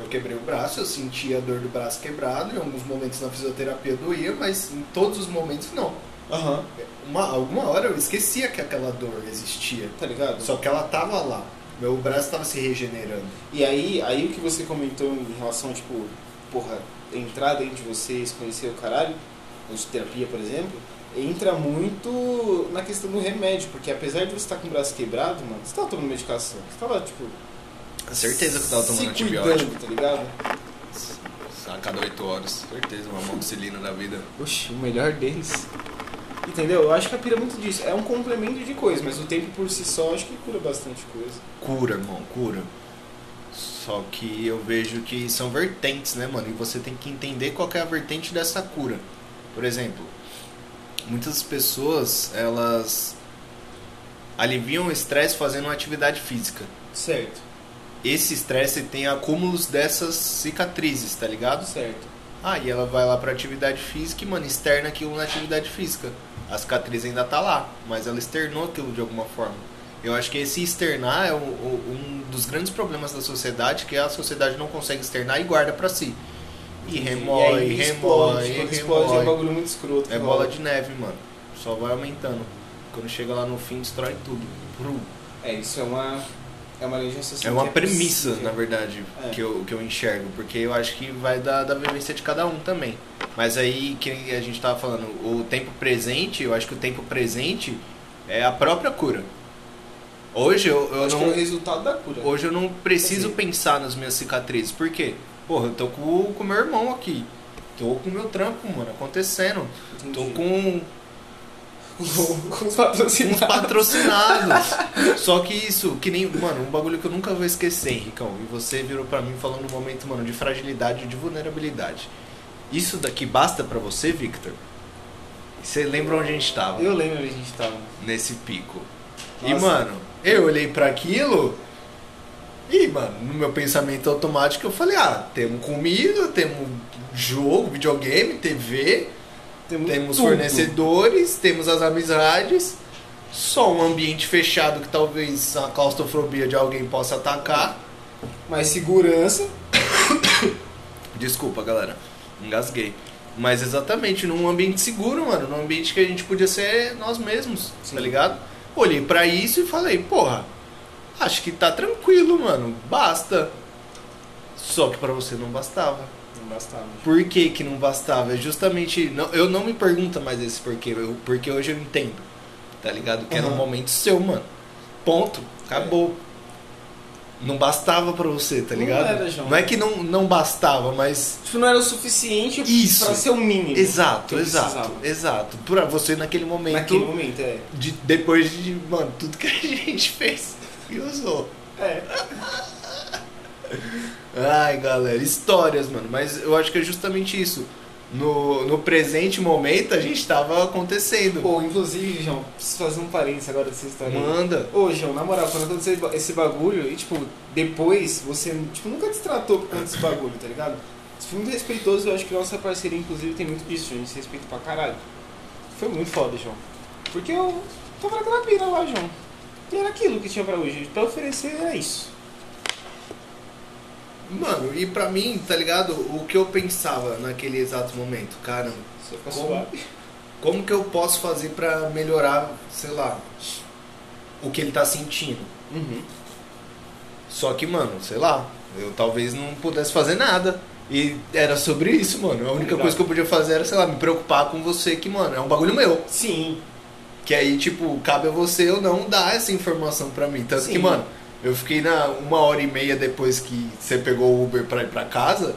Speaker 2: eu quebrei o braço, eu senti a dor do braço quebrado, em alguns momentos na fisioterapia doía, mas em todos os momentos não.
Speaker 1: Aham,
Speaker 2: Uma, alguma hora eu esquecia que aquela dor existia.
Speaker 1: tá ligado?
Speaker 2: Só que ela tava lá. Meu braço tava se regenerando.
Speaker 1: E aí, aí o que você comentou em relação, tipo, porra, entrar dentro de vocês, conhecer o caralho, ou de terapia, por exemplo, entra muito na questão do remédio, porque apesar de você estar com o braço quebrado, mano, você tava tomando medicação, você tava, tipo,
Speaker 3: Com certeza que eu tava tomando
Speaker 1: se
Speaker 3: antibiótico.
Speaker 1: cuidando, tá ligado?
Speaker 3: A cada 8 horas. Certeza, uma amoxicilina da vida.
Speaker 1: Oxi, o melhor deles. Entendeu? Eu acho que a pira é muito disso. É um complemento de coisa, mas o tempo por si só acho que cura bastante coisa.
Speaker 2: Cura, irmão, cura. Só que eu vejo que são vertentes, né, mano? E você tem que entender qual que é a vertente dessa cura. Por exemplo, muitas pessoas, elas aliviam o estresse fazendo uma atividade física.
Speaker 1: Certo,
Speaker 2: Esse estresse tem acúmulos dessas cicatrizes, tá ligado?
Speaker 1: certo.
Speaker 2: Aí Ah, ela vai lá pra atividade física e, mano, externa aquilo na atividade física. A cicatriz ainda tá lá, mas ela externou aquilo de alguma forma. Eu acho que esse externar é o- o- um dos grandes problemas da sociedade, que a sociedade não consegue externar e guarda pra si. E remói,
Speaker 1: aí
Speaker 2: remói,
Speaker 1: explode, quando explode é um
Speaker 2: remói.
Speaker 1: bagulho muito escroto.
Speaker 2: É
Speaker 1: que
Speaker 2: bola
Speaker 1: rola.
Speaker 2: de neve, mano. Só vai aumentando. Quando chega lá no fim, destrói tudo. Prum.
Speaker 1: É, isso é uma. É uma lei de raciocínio
Speaker 2: É uma
Speaker 1: que
Speaker 2: premissa,
Speaker 1: possível.
Speaker 2: na verdade,
Speaker 1: É.
Speaker 2: que, eu, que eu enxergo, porque eu acho que vai da, da vivência de cada um também. Mas aí, que a gente tava falando, o tempo presente, eu acho que o tempo presente é a própria cura. Hoje eu, eu
Speaker 1: Acho
Speaker 2: não.
Speaker 1: que é o resultado da cura.
Speaker 2: Hoje eu não preciso
Speaker 1: Sim.
Speaker 2: pensar nas minhas cicatrizes. Por quê? Porra, eu tô com o com o meu irmão aqui. Tô com o meu trampo, mano, acontecendo.
Speaker 1: Entendi.
Speaker 2: Tô então, com
Speaker 1: (laughs) com, os
Speaker 2: uns
Speaker 1: patrocínios.
Speaker 2: patrocinados. (laughs) Só que isso, que nem, mano, um bagulho que eu nunca vou esquecer, Henricão. E você virou pra mim falando no momento, mano, de fragilidade, de vulnerabilidade. Isso daqui basta pra você, Victor? Você lembra onde a gente tava?
Speaker 1: Eu lembro onde a gente tava.
Speaker 2: Nesse pico. E,
Speaker 1: Nossa.
Speaker 2: mano, eu olhei pra aquilo e, mano, no meu pensamento automático eu falei, ah, temos comida, temos jogo, videogame, TV,
Speaker 1: Temos,
Speaker 2: temos
Speaker 1: tudo.
Speaker 2: fornecedores, temos as amizades, só um ambiente fechado que talvez a claustrofobia de alguém possa atacar.
Speaker 1: Mas segurança.
Speaker 2: Desculpa, galera, engasguei. Mas exatamente, num ambiente seguro, mano, num ambiente que a gente podia ser nós mesmos,
Speaker 1: Sim.
Speaker 2: tá ligado? Olhei pra isso e falei, porra, acho que tá tranquilo, mano, basta. Só que pra você não bastava.
Speaker 1: Não bastava.
Speaker 2: Por que, que não bastava? É justamente. Não, eu não me pergunto mais esse porquê, eu, porque hoje eu entendo. Tá ligado? Que era um
Speaker 1: Aham.
Speaker 2: momento seu, mano. Ponto. Acabou. não bastava pra você, tá
Speaker 1: Não
Speaker 2: ligado?
Speaker 1: era, João.
Speaker 2: Não é que não, não bastava, mas.
Speaker 1: Tipo, não era o suficiente
Speaker 2: Isso.
Speaker 1: pra ser o mínimo. que
Speaker 2: Exato,
Speaker 1: eu
Speaker 2: exato,
Speaker 1: precisava.
Speaker 2: exato. Pra você naquele momento.
Speaker 1: Naquele momento, é.
Speaker 2: de- depois de, mano, tudo que a (laughs) gente fez e usou.
Speaker 1: É.
Speaker 2: Ai, galera, histórias, mano. Mas eu acho que é justamente isso. No, no presente momento a gente tava acontecendo.
Speaker 1: Pô, inclusive, João, preciso fazer um parênteses agora dessa história.
Speaker 2: Manda.
Speaker 1: Ô, João, na moral, quando aconteceu esse ba- esse bagulho, e tipo, depois você tipo, nunca te tratou por conta desse bagulho, tá ligado? Isso foi muito respeitoso, eu acho que nossa parceria, inclusive, tem muito disso, João. A gente se respeita pra caralho. Foi muito foda, João. Porque eu tava naquela pira lá, João. E era aquilo que tinha pra hoje. Pra oferecer era isso.
Speaker 2: Mano, e pra mim, tá ligado? O que eu pensava naquele exato momento, cara,
Speaker 1: Você fica
Speaker 2: Como?
Speaker 1: suave.
Speaker 2: como que eu posso fazer pra melhorar, sei lá, o que ele tá sentindo?
Speaker 1: Uhum.
Speaker 2: Só que, mano, sei lá, eu talvez não pudesse fazer nada. E era sobre isso, mano. A única
Speaker 1: Exato.
Speaker 2: coisa que eu podia fazer era, sei lá, me preocupar com você, que, mano, é um bagulho meu.
Speaker 1: Sim.
Speaker 2: Que aí, tipo, cabe a você eu não dar essa informação pra mim. Tanto
Speaker 1: Sim.
Speaker 2: que, mano, eu fiquei na uma hora e meia depois que você pegou o Uber pra ir pra casa,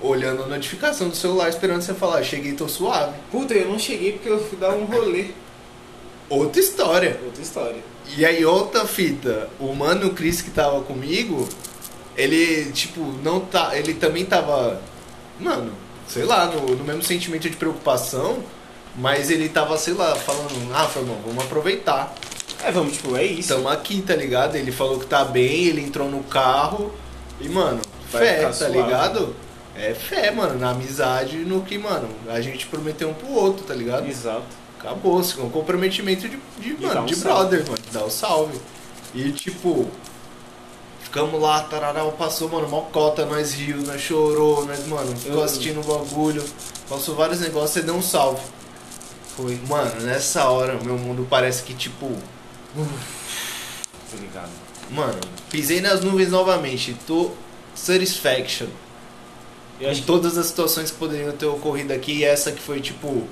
Speaker 2: olhando a notificação do celular, esperando você falar, cheguei, tô suave.
Speaker 1: Puta, eu não cheguei porque eu fui dar um rolê. É
Speaker 2: Outra história.
Speaker 1: Outra história.
Speaker 2: E aí, outra fita. O mano, o Chris, que tava comigo, ele, tipo, não tá. Ele também tava. Mano, sei lá, no, no mesmo sentimento de preocupação. Mas ele tava, sei lá, falando, ah, Formão, vamos aproveitar.
Speaker 1: É, vamos, tipo, é isso.
Speaker 2: Estamos aqui, tá ligado? Ele falou que tá bem, ele entrou no carro. E, mano,
Speaker 1: Vai
Speaker 2: fé,
Speaker 1: ficar
Speaker 2: tá
Speaker 1: suave.
Speaker 2: ligado? É fé, mano, na amizade e no que, mano, a gente prometeu um pro outro, tá ligado?
Speaker 1: Exato.
Speaker 2: Acabou, se com um comprometimento de, de,
Speaker 1: E
Speaker 2: mano,
Speaker 1: dá um
Speaker 2: de
Speaker 1: salve.
Speaker 2: brother, mano. Dá o salve. E tipo, ficamos lá, tararau, passou, mano, mó cota, nós riu, nós chorou, nós, mano, ficou
Speaker 1: Eu-
Speaker 2: assistindo o bagulho, passou vários negócios, você deu um salve.
Speaker 1: Foi.
Speaker 2: Mano, nessa hora, meu mundo parece que, tipo,
Speaker 1: Tô ligado.
Speaker 2: mano, pisei nas nuvens novamente, tô satisfaction.
Speaker 1: Eu acho
Speaker 2: em todas as situações que poderiam ter ocorrido aqui, e essa que foi tipo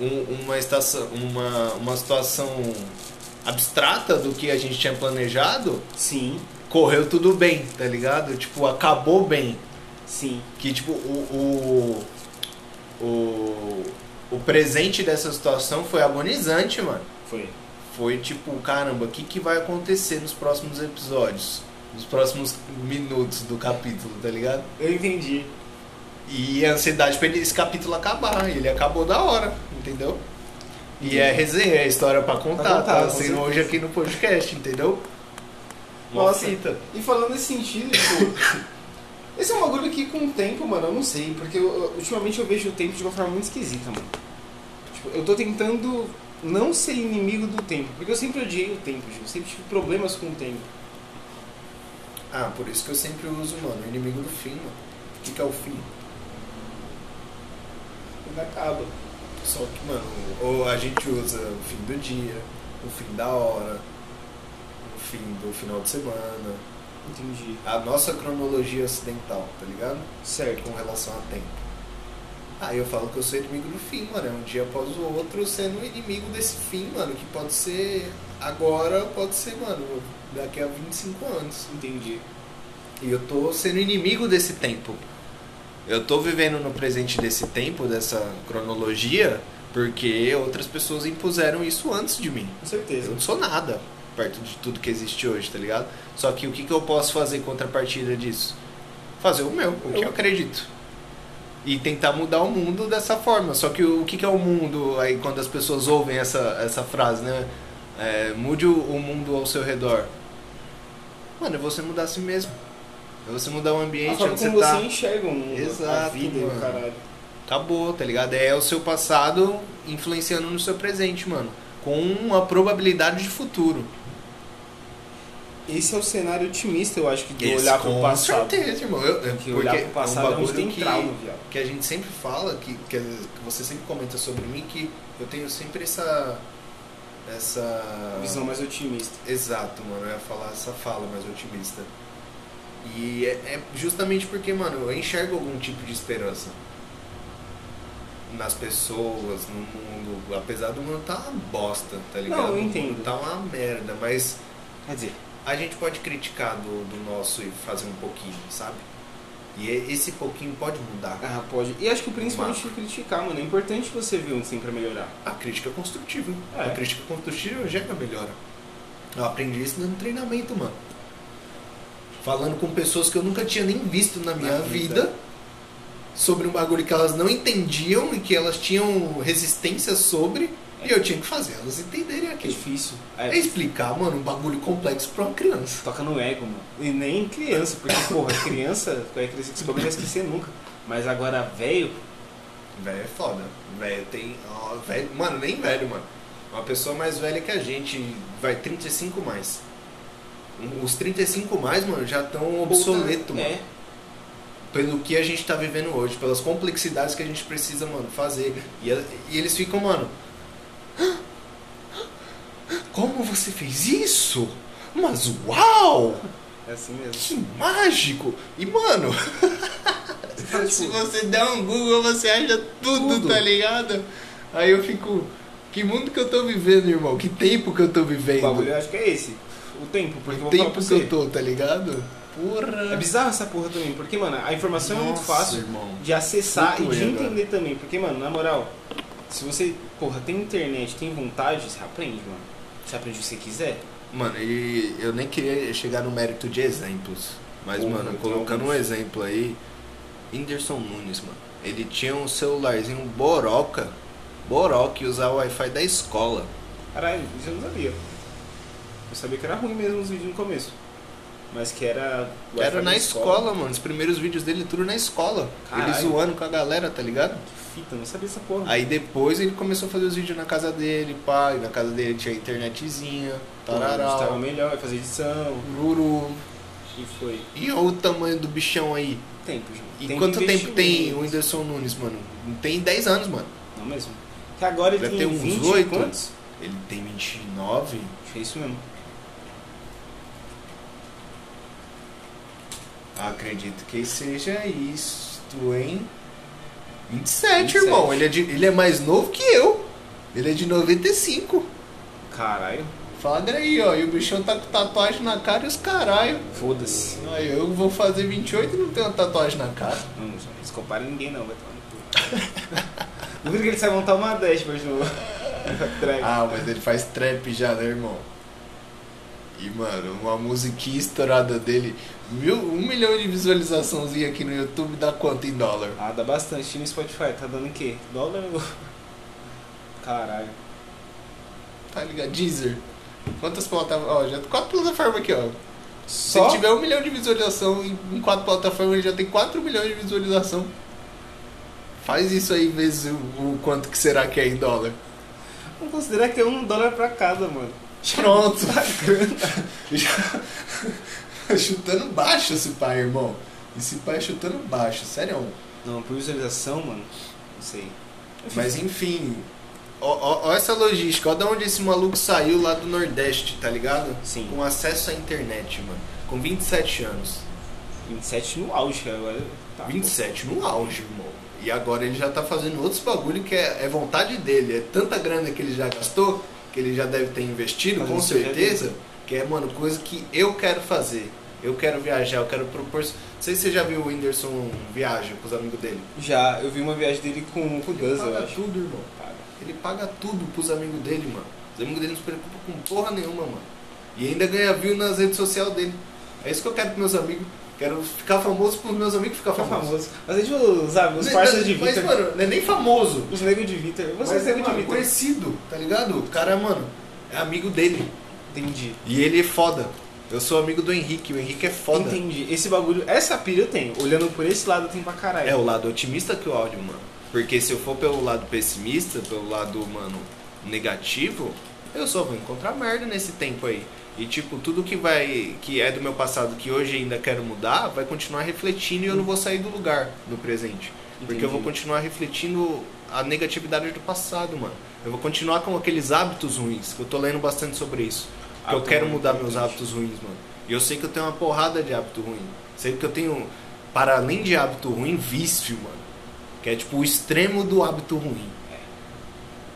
Speaker 2: um- uma, estação, uma, uma situação abstrata do que a gente tinha planejado,
Speaker 1: que sim.
Speaker 2: correu tudo bem, tá ligado? Tipo, acabou bem.
Speaker 1: Sim.
Speaker 2: Que tipo, o. O, o, o presente dessa situação foi agonizante, mano.
Speaker 1: Foi.
Speaker 2: Foi tipo, caramba, o que, que vai acontecer nos próximos episódios? Nos próximos minutos do capítulo, tá ligado?
Speaker 1: Eu entendi.
Speaker 2: E a ansiedade pra ele- esse capítulo acabar. Ele acabou da hora, entendeu? E é resenha, é história pra contar,
Speaker 1: Pra contar,
Speaker 2: tá
Speaker 1: com
Speaker 2: sendo
Speaker 1: certeza.
Speaker 2: hoje aqui no podcast, entendeu? Uma
Speaker 1: Nossa.
Speaker 2: fita.
Speaker 1: E falando nesse sentido, tipo.
Speaker 2: (laughs)
Speaker 1: esse é um bagulho que com o tempo, mano, eu não sei. Porque eu- ultimamente eu vejo o tempo de uma forma muito esquisita, mano. Tipo, eu tô tentando não ser inimigo do tempo. Porque eu sempre odiei o tempo, Ju. Eu sempre tive problemas com o tempo.
Speaker 2: Ah, por isso que eu sempre uso, mano, inimigo do fim, mano. O que, que é o fim?
Speaker 1: Quando acaba.
Speaker 2: Só que, mano, ou a gente usa o fim do dia, o fim da hora, o fim do final de semana.
Speaker 1: Entendi.
Speaker 2: A nossa cronologia ocidental, tá ligado?
Speaker 1: Certo.
Speaker 2: com relação a tempo. Aí eu falo que eu sou inimigo do fim, mano. É um dia após o outro sendo inimigo desse fim, mano. Que pode ser agora, pode ser, mano, daqui a 25 anos.
Speaker 1: Entendi.
Speaker 2: E eu tô sendo inimigo desse tempo. Eu tô vivendo no presente desse tempo, dessa cronologia, porque outras pessoas impuseram isso antes de mim.
Speaker 1: Com
Speaker 2: Eu
Speaker 1: certeza.
Speaker 2: não sou nada perto de tudo que existe hoje, tá ligado? Só que o que, que eu posso fazer contra a partida disso? Fazer o meu, o que eu acredito. E tentar mudar o mundo dessa forma. Só que o, o que, que é o mundo aí quando as pessoas ouvem essa, essa frase, né? É, mude o, o mundo ao seu redor. Mano, é você mudar a si mesmo. É você mudar o
Speaker 1: A
Speaker 2: ambiente
Speaker 1: forma
Speaker 2: onde você
Speaker 1: como você
Speaker 2: tá.
Speaker 1: enxerga o mundo, a
Speaker 2: Exato,
Speaker 1: vida e o
Speaker 2: mano.
Speaker 1: caralho.
Speaker 2: Acabou, tá ligado? É o seu passado influenciando no seu presente, mano. Com uma probabilidade de futuro.
Speaker 1: Esse é o cenário otimista, eu acho, que de
Speaker 2: Esse,
Speaker 1: olhar pro
Speaker 2: com
Speaker 1: passado.
Speaker 2: certeza, irmão. Eu, eu-
Speaker 1: Que
Speaker 2: porque
Speaker 1: olhar pro passado é
Speaker 2: é um
Speaker 1: onde
Speaker 2: bagulho
Speaker 1: tem
Speaker 2: que,
Speaker 1: trauma, viado.
Speaker 2: que a gente sempre fela, que, que que você sempre comenta sobre mim, que eu tenho sempre essa. Essa.
Speaker 1: Visão mais otimista.
Speaker 2: Exato, mano. Eu ia falar essa fala mais otimista. E é, é justamente porque, mano, eu enxergo algum tipo de esperança nas pessoas, no mundo. Apesar do mundo tá uma bosta, tá ligado?
Speaker 1: eu
Speaker 2: O mundo
Speaker 1: entendo.
Speaker 2: Tá uma merda, mas
Speaker 1: Quer dizer,
Speaker 2: a gente pode criticar do, do nosso e fazer um pouquinho, sabe? E e- esse pouquinho pode mudar. né?
Speaker 1: Ah, pode. E acho que o principalmente de criticar, mano. É importante você ver onde tem pra melhorar.
Speaker 2: A crítica construtiva.
Speaker 1: É.
Speaker 2: A crítica construtiva gera melhora. Eu aprendi isso no treinamento, mano. Falando com pessoas que eu nunca tinha nem visto na minha vida.
Speaker 1: vida.
Speaker 2: sobre um bagulho que elas não entendiam e que elas tinham resistência sobre. E eu tinha que fazer elas entenderem
Speaker 1: É
Speaker 2: aquilo.
Speaker 1: difícil.
Speaker 2: É
Speaker 1: É,
Speaker 2: explicar, mano, um bagulho complexo pra uma criança.
Speaker 1: toca no ego, mano. E nem criança, porque, porra, criança, vai crescer com esse bagulho, não vai esquecer nunca. Mas agora, velho,
Speaker 2: Velho é foda. Velho tem. ó, velho, mano, nem velho, mano. Uma pessoa mais velha que a gente, vai 35 mais. Um- Os 35 mais, mano, já estão Um obsoleto, mano.
Speaker 1: é.
Speaker 2: Pelo que a gente tá vivendo hoje, pelas complexidades que a gente precisa, mano, fazer. E, ela- e eles ficam, mano. "Hã? Hã? Como você fez isso? Mas uau!
Speaker 1: É assim mesmo.
Speaker 2: Que mágico! E mano,
Speaker 1: Você fala,
Speaker 2: (laughs) se
Speaker 1: tipo,
Speaker 2: você der um Google, você acha tudo,
Speaker 1: Tudo.
Speaker 2: tá ligado? Aí eu fico, que mundo que eu tô vivendo, irmão? Que tempo que eu tô
Speaker 1: o
Speaker 2: vivendo?
Speaker 1: bagulho eu acho que é esse. O tempo, porque eu vou
Speaker 2: o
Speaker 1: falar
Speaker 2: tempo
Speaker 1: pra
Speaker 2: que
Speaker 1: você.
Speaker 2: eu tô, tá ligado? Porra!
Speaker 1: É bizarro essa porra também, porque, mano, a informação é muito
Speaker 2: Nossa,
Speaker 1: fácil
Speaker 2: irmão.
Speaker 1: de acessar
Speaker 2: Muito
Speaker 1: e de
Speaker 2: ruim agora.
Speaker 1: entender também. Porque, mano, na moral, se você, porra, tem internet, tem vontade, você aprende, mano. Você aprende o que você quiser.
Speaker 2: Mano, e eu nem queria chegar no mérito de exemplos.
Speaker 1: Porra,
Speaker 2: Mas,
Speaker 1: então.
Speaker 2: mano,
Speaker 1: tem
Speaker 2: colocando um
Speaker 1: alguns.
Speaker 2: exemplo aí, Whindersson Nunes, mano. Ele tinha um celularzinho boroca, boroca e usava o Wi-Fi da escola.
Speaker 1: Caralho, isso eu não sabia. Eu sabia que era ruim mesmo os vídeos no começo. Mas que era.
Speaker 2: Era na escola, mano. Os primeiros vídeos dele tudo na escola. Ele
Speaker 1: Caralho.
Speaker 2: zoando com a galera, tá ligado?
Speaker 1: Que fita, não sabia essa porra.
Speaker 2: Aí depois ele começou a fazer os vídeos na casa dele, pai. Na casa dele tinha internetzinha,
Speaker 1: Pô, Então, Tava
Speaker 2: tararau,
Speaker 1: melhor, fazer edição.
Speaker 2: luru.
Speaker 1: E foi.
Speaker 2: E olha o tamanho do bichão aí.
Speaker 1: Tempo, gente.
Speaker 2: E quanto
Speaker 1: de
Speaker 2: tempo tem o
Speaker 1: investimento.
Speaker 2: Whindersson Nunes, mano? Não tem 10 anos, mano.
Speaker 1: Não mesmo. Que agora ele
Speaker 2: Deve
Speaker 1: tem
Speaker 2: ter uns
Speaker 1: 20 e
Speaker 2: oito.
Speaker 1: quantos?
Speaker 2: Ele tem 29?
Speaker 1: Acho que é isso mesmo.
Speaker 2: Acredito que seja isto, hein? 27,
Speaker 1: 27.
Speaker 2: irmão. Ele é, de- ele é mais novo que eu. Ele é de 95.
Speaker 1: Caralho.
Speaker 2: Fala aí, ó. E o bichão tá com tatuagem na cara e os caralho.
Speaker 1: Foda-se.
Speaker 2: Aí eu vou fazer 28 e não tenho tatuagem na cara.
Speaker 1: Não, não se compara ninguém não, vai tomar no cu.
Speaker 2: (laughs)
Speaker 1: Duvido que ele sai montar uma dashboard no (laughs) drive.
Speaker 2: Ah, mas ele faz trap já, né, irmão? E, mano, uma musiquinha estourada dele. Mil, um milhão de visualizaçãozinha aqui no YouTube dá quanto em dólar?
Speaker 1: Ah, dá bastante. E no Spotify, tá dando o quê? Dólar ou... (laughs) Caralho.
Speaker 2: Tá ligado? Deezer. Quantas plataformas? Ó, já tem quatro plataformas aqui, ó.
Speaker 1: Só?
Speaker 2: Se tiver um milhão de visualização em em quatro plataformas, ele já tem 4 milhões de visualização. Faz isso aí vezes o, o quanto que será que é em dólar.
Speaker 1: Vamos considerar que é um dólar pra cada, mano.
Speaker 2: Pronto. (laughs) Já- chutando baixo esse pai, irmão. Esse pai é chutando baixo, sério.
Speaker 1: Não, por visualização, mano, não sei.
Speaker 2: Mas enfim, ó, ó- ó essa logística, ó da onde esse maluco saiu lá do Nordeste, tá ligado?
Speaker 1: Sim.
Speaker 2: Com acesso à internet, mano. Com 27 anos.
Speaker 1: 27 no auge, cara, agora... Tá,
Speaker 2: 27 no auge, irmão. E agora ele já tá fazendo outros bagulho que é, é vontade dele. É tanta grana que ele já gastou, que ele já deve ter investido,
Speaker 1: Fazendo
Speaker 2: com
Speaker 1: projeto.
Speaker 2: certeza. Que é, mano, coisa que eu quero fazer. Eu quero viajar, eu quero propor. Não sei se você já viu o Whindersson viaja com os amigos dele.
Speaker 1: pô. Já, eu vi uma viagem dele com, com o
Speaker 2: Ele
Speaker 1: Gus, eu
Speaker 2: paga
Speaker 1: acho.
Speaker 2: tudo, irmão.
Speaker 1: Paga.
Speaker 2: Ele paga tudo pros amigos dele, mano. Os amigos dele não se preocupam com porra nenhuma, mano. E ainda ganha view nas redes sociais dele. É isso que eu quero pros meus amigos. Quero ficar famoso pros meus amigos ficar
Speaker 1: Fica
Speaker 2: famosos.
Speaker 1: Tá famoso. Mas a gente, os, sabe, os parceiros de
Speaker 2: Mas,
Speaker 1: Vitor...
Speaker 2: mano, não é nem famoso.
Speaker 1: Os negros de Vitor. Você
Speaker 2: Mas
Speaker 1: é
Speaker 2: é
Speaker 1: nego de
Speaker 2: mano,
Speaker 1: Vitor.
Speaker 2: conhecido, tá ligado? O cara, mano, é amigo dele.
Speaker 1: Entendi.
Speaker 2: E ele é foda. Eu sou amigo do Henrique, o Henrique é foda.
Speaker 1: Entendi. Esse bagulho, essa pilha eu tenho. Olhando por esse lado, tem pra caralho.
Speaker 2: É o lado otimista que o áudio, mano. Porque se eu for pelo lado pessimista, pelo lado, mano, negativo, eu só vou encontrar merda nesse tempo aí. E tipo, tudo que vai. que é do meu passado que hoje ainda quero mudar, vai continuar refletindo e eu não vou sair do lugar no presente. Porque eu vou
Speaker 1: Entendi.
Speaker 2: continuar refletindo a negatividade do passado, mano. Eu vou continuar com aqueles hábitos ruins, que eu tô lendo bastante sobre isso. Que
Speaker 1: Ah,
Speaker 2: eu
Speaker 1: tá
Speaker 2: quero
Speaker 1: bom,
Speaker 2: mudar
Speaker 1: entendi.
Speaker 2: meus hábitos ruins, mano. E eu sei que eu tenho uma porrada de hábito ruim. Sei que eu tenho, para além de hábito ruim, vício, mano. Que é tipo o extremo do hábito ruim.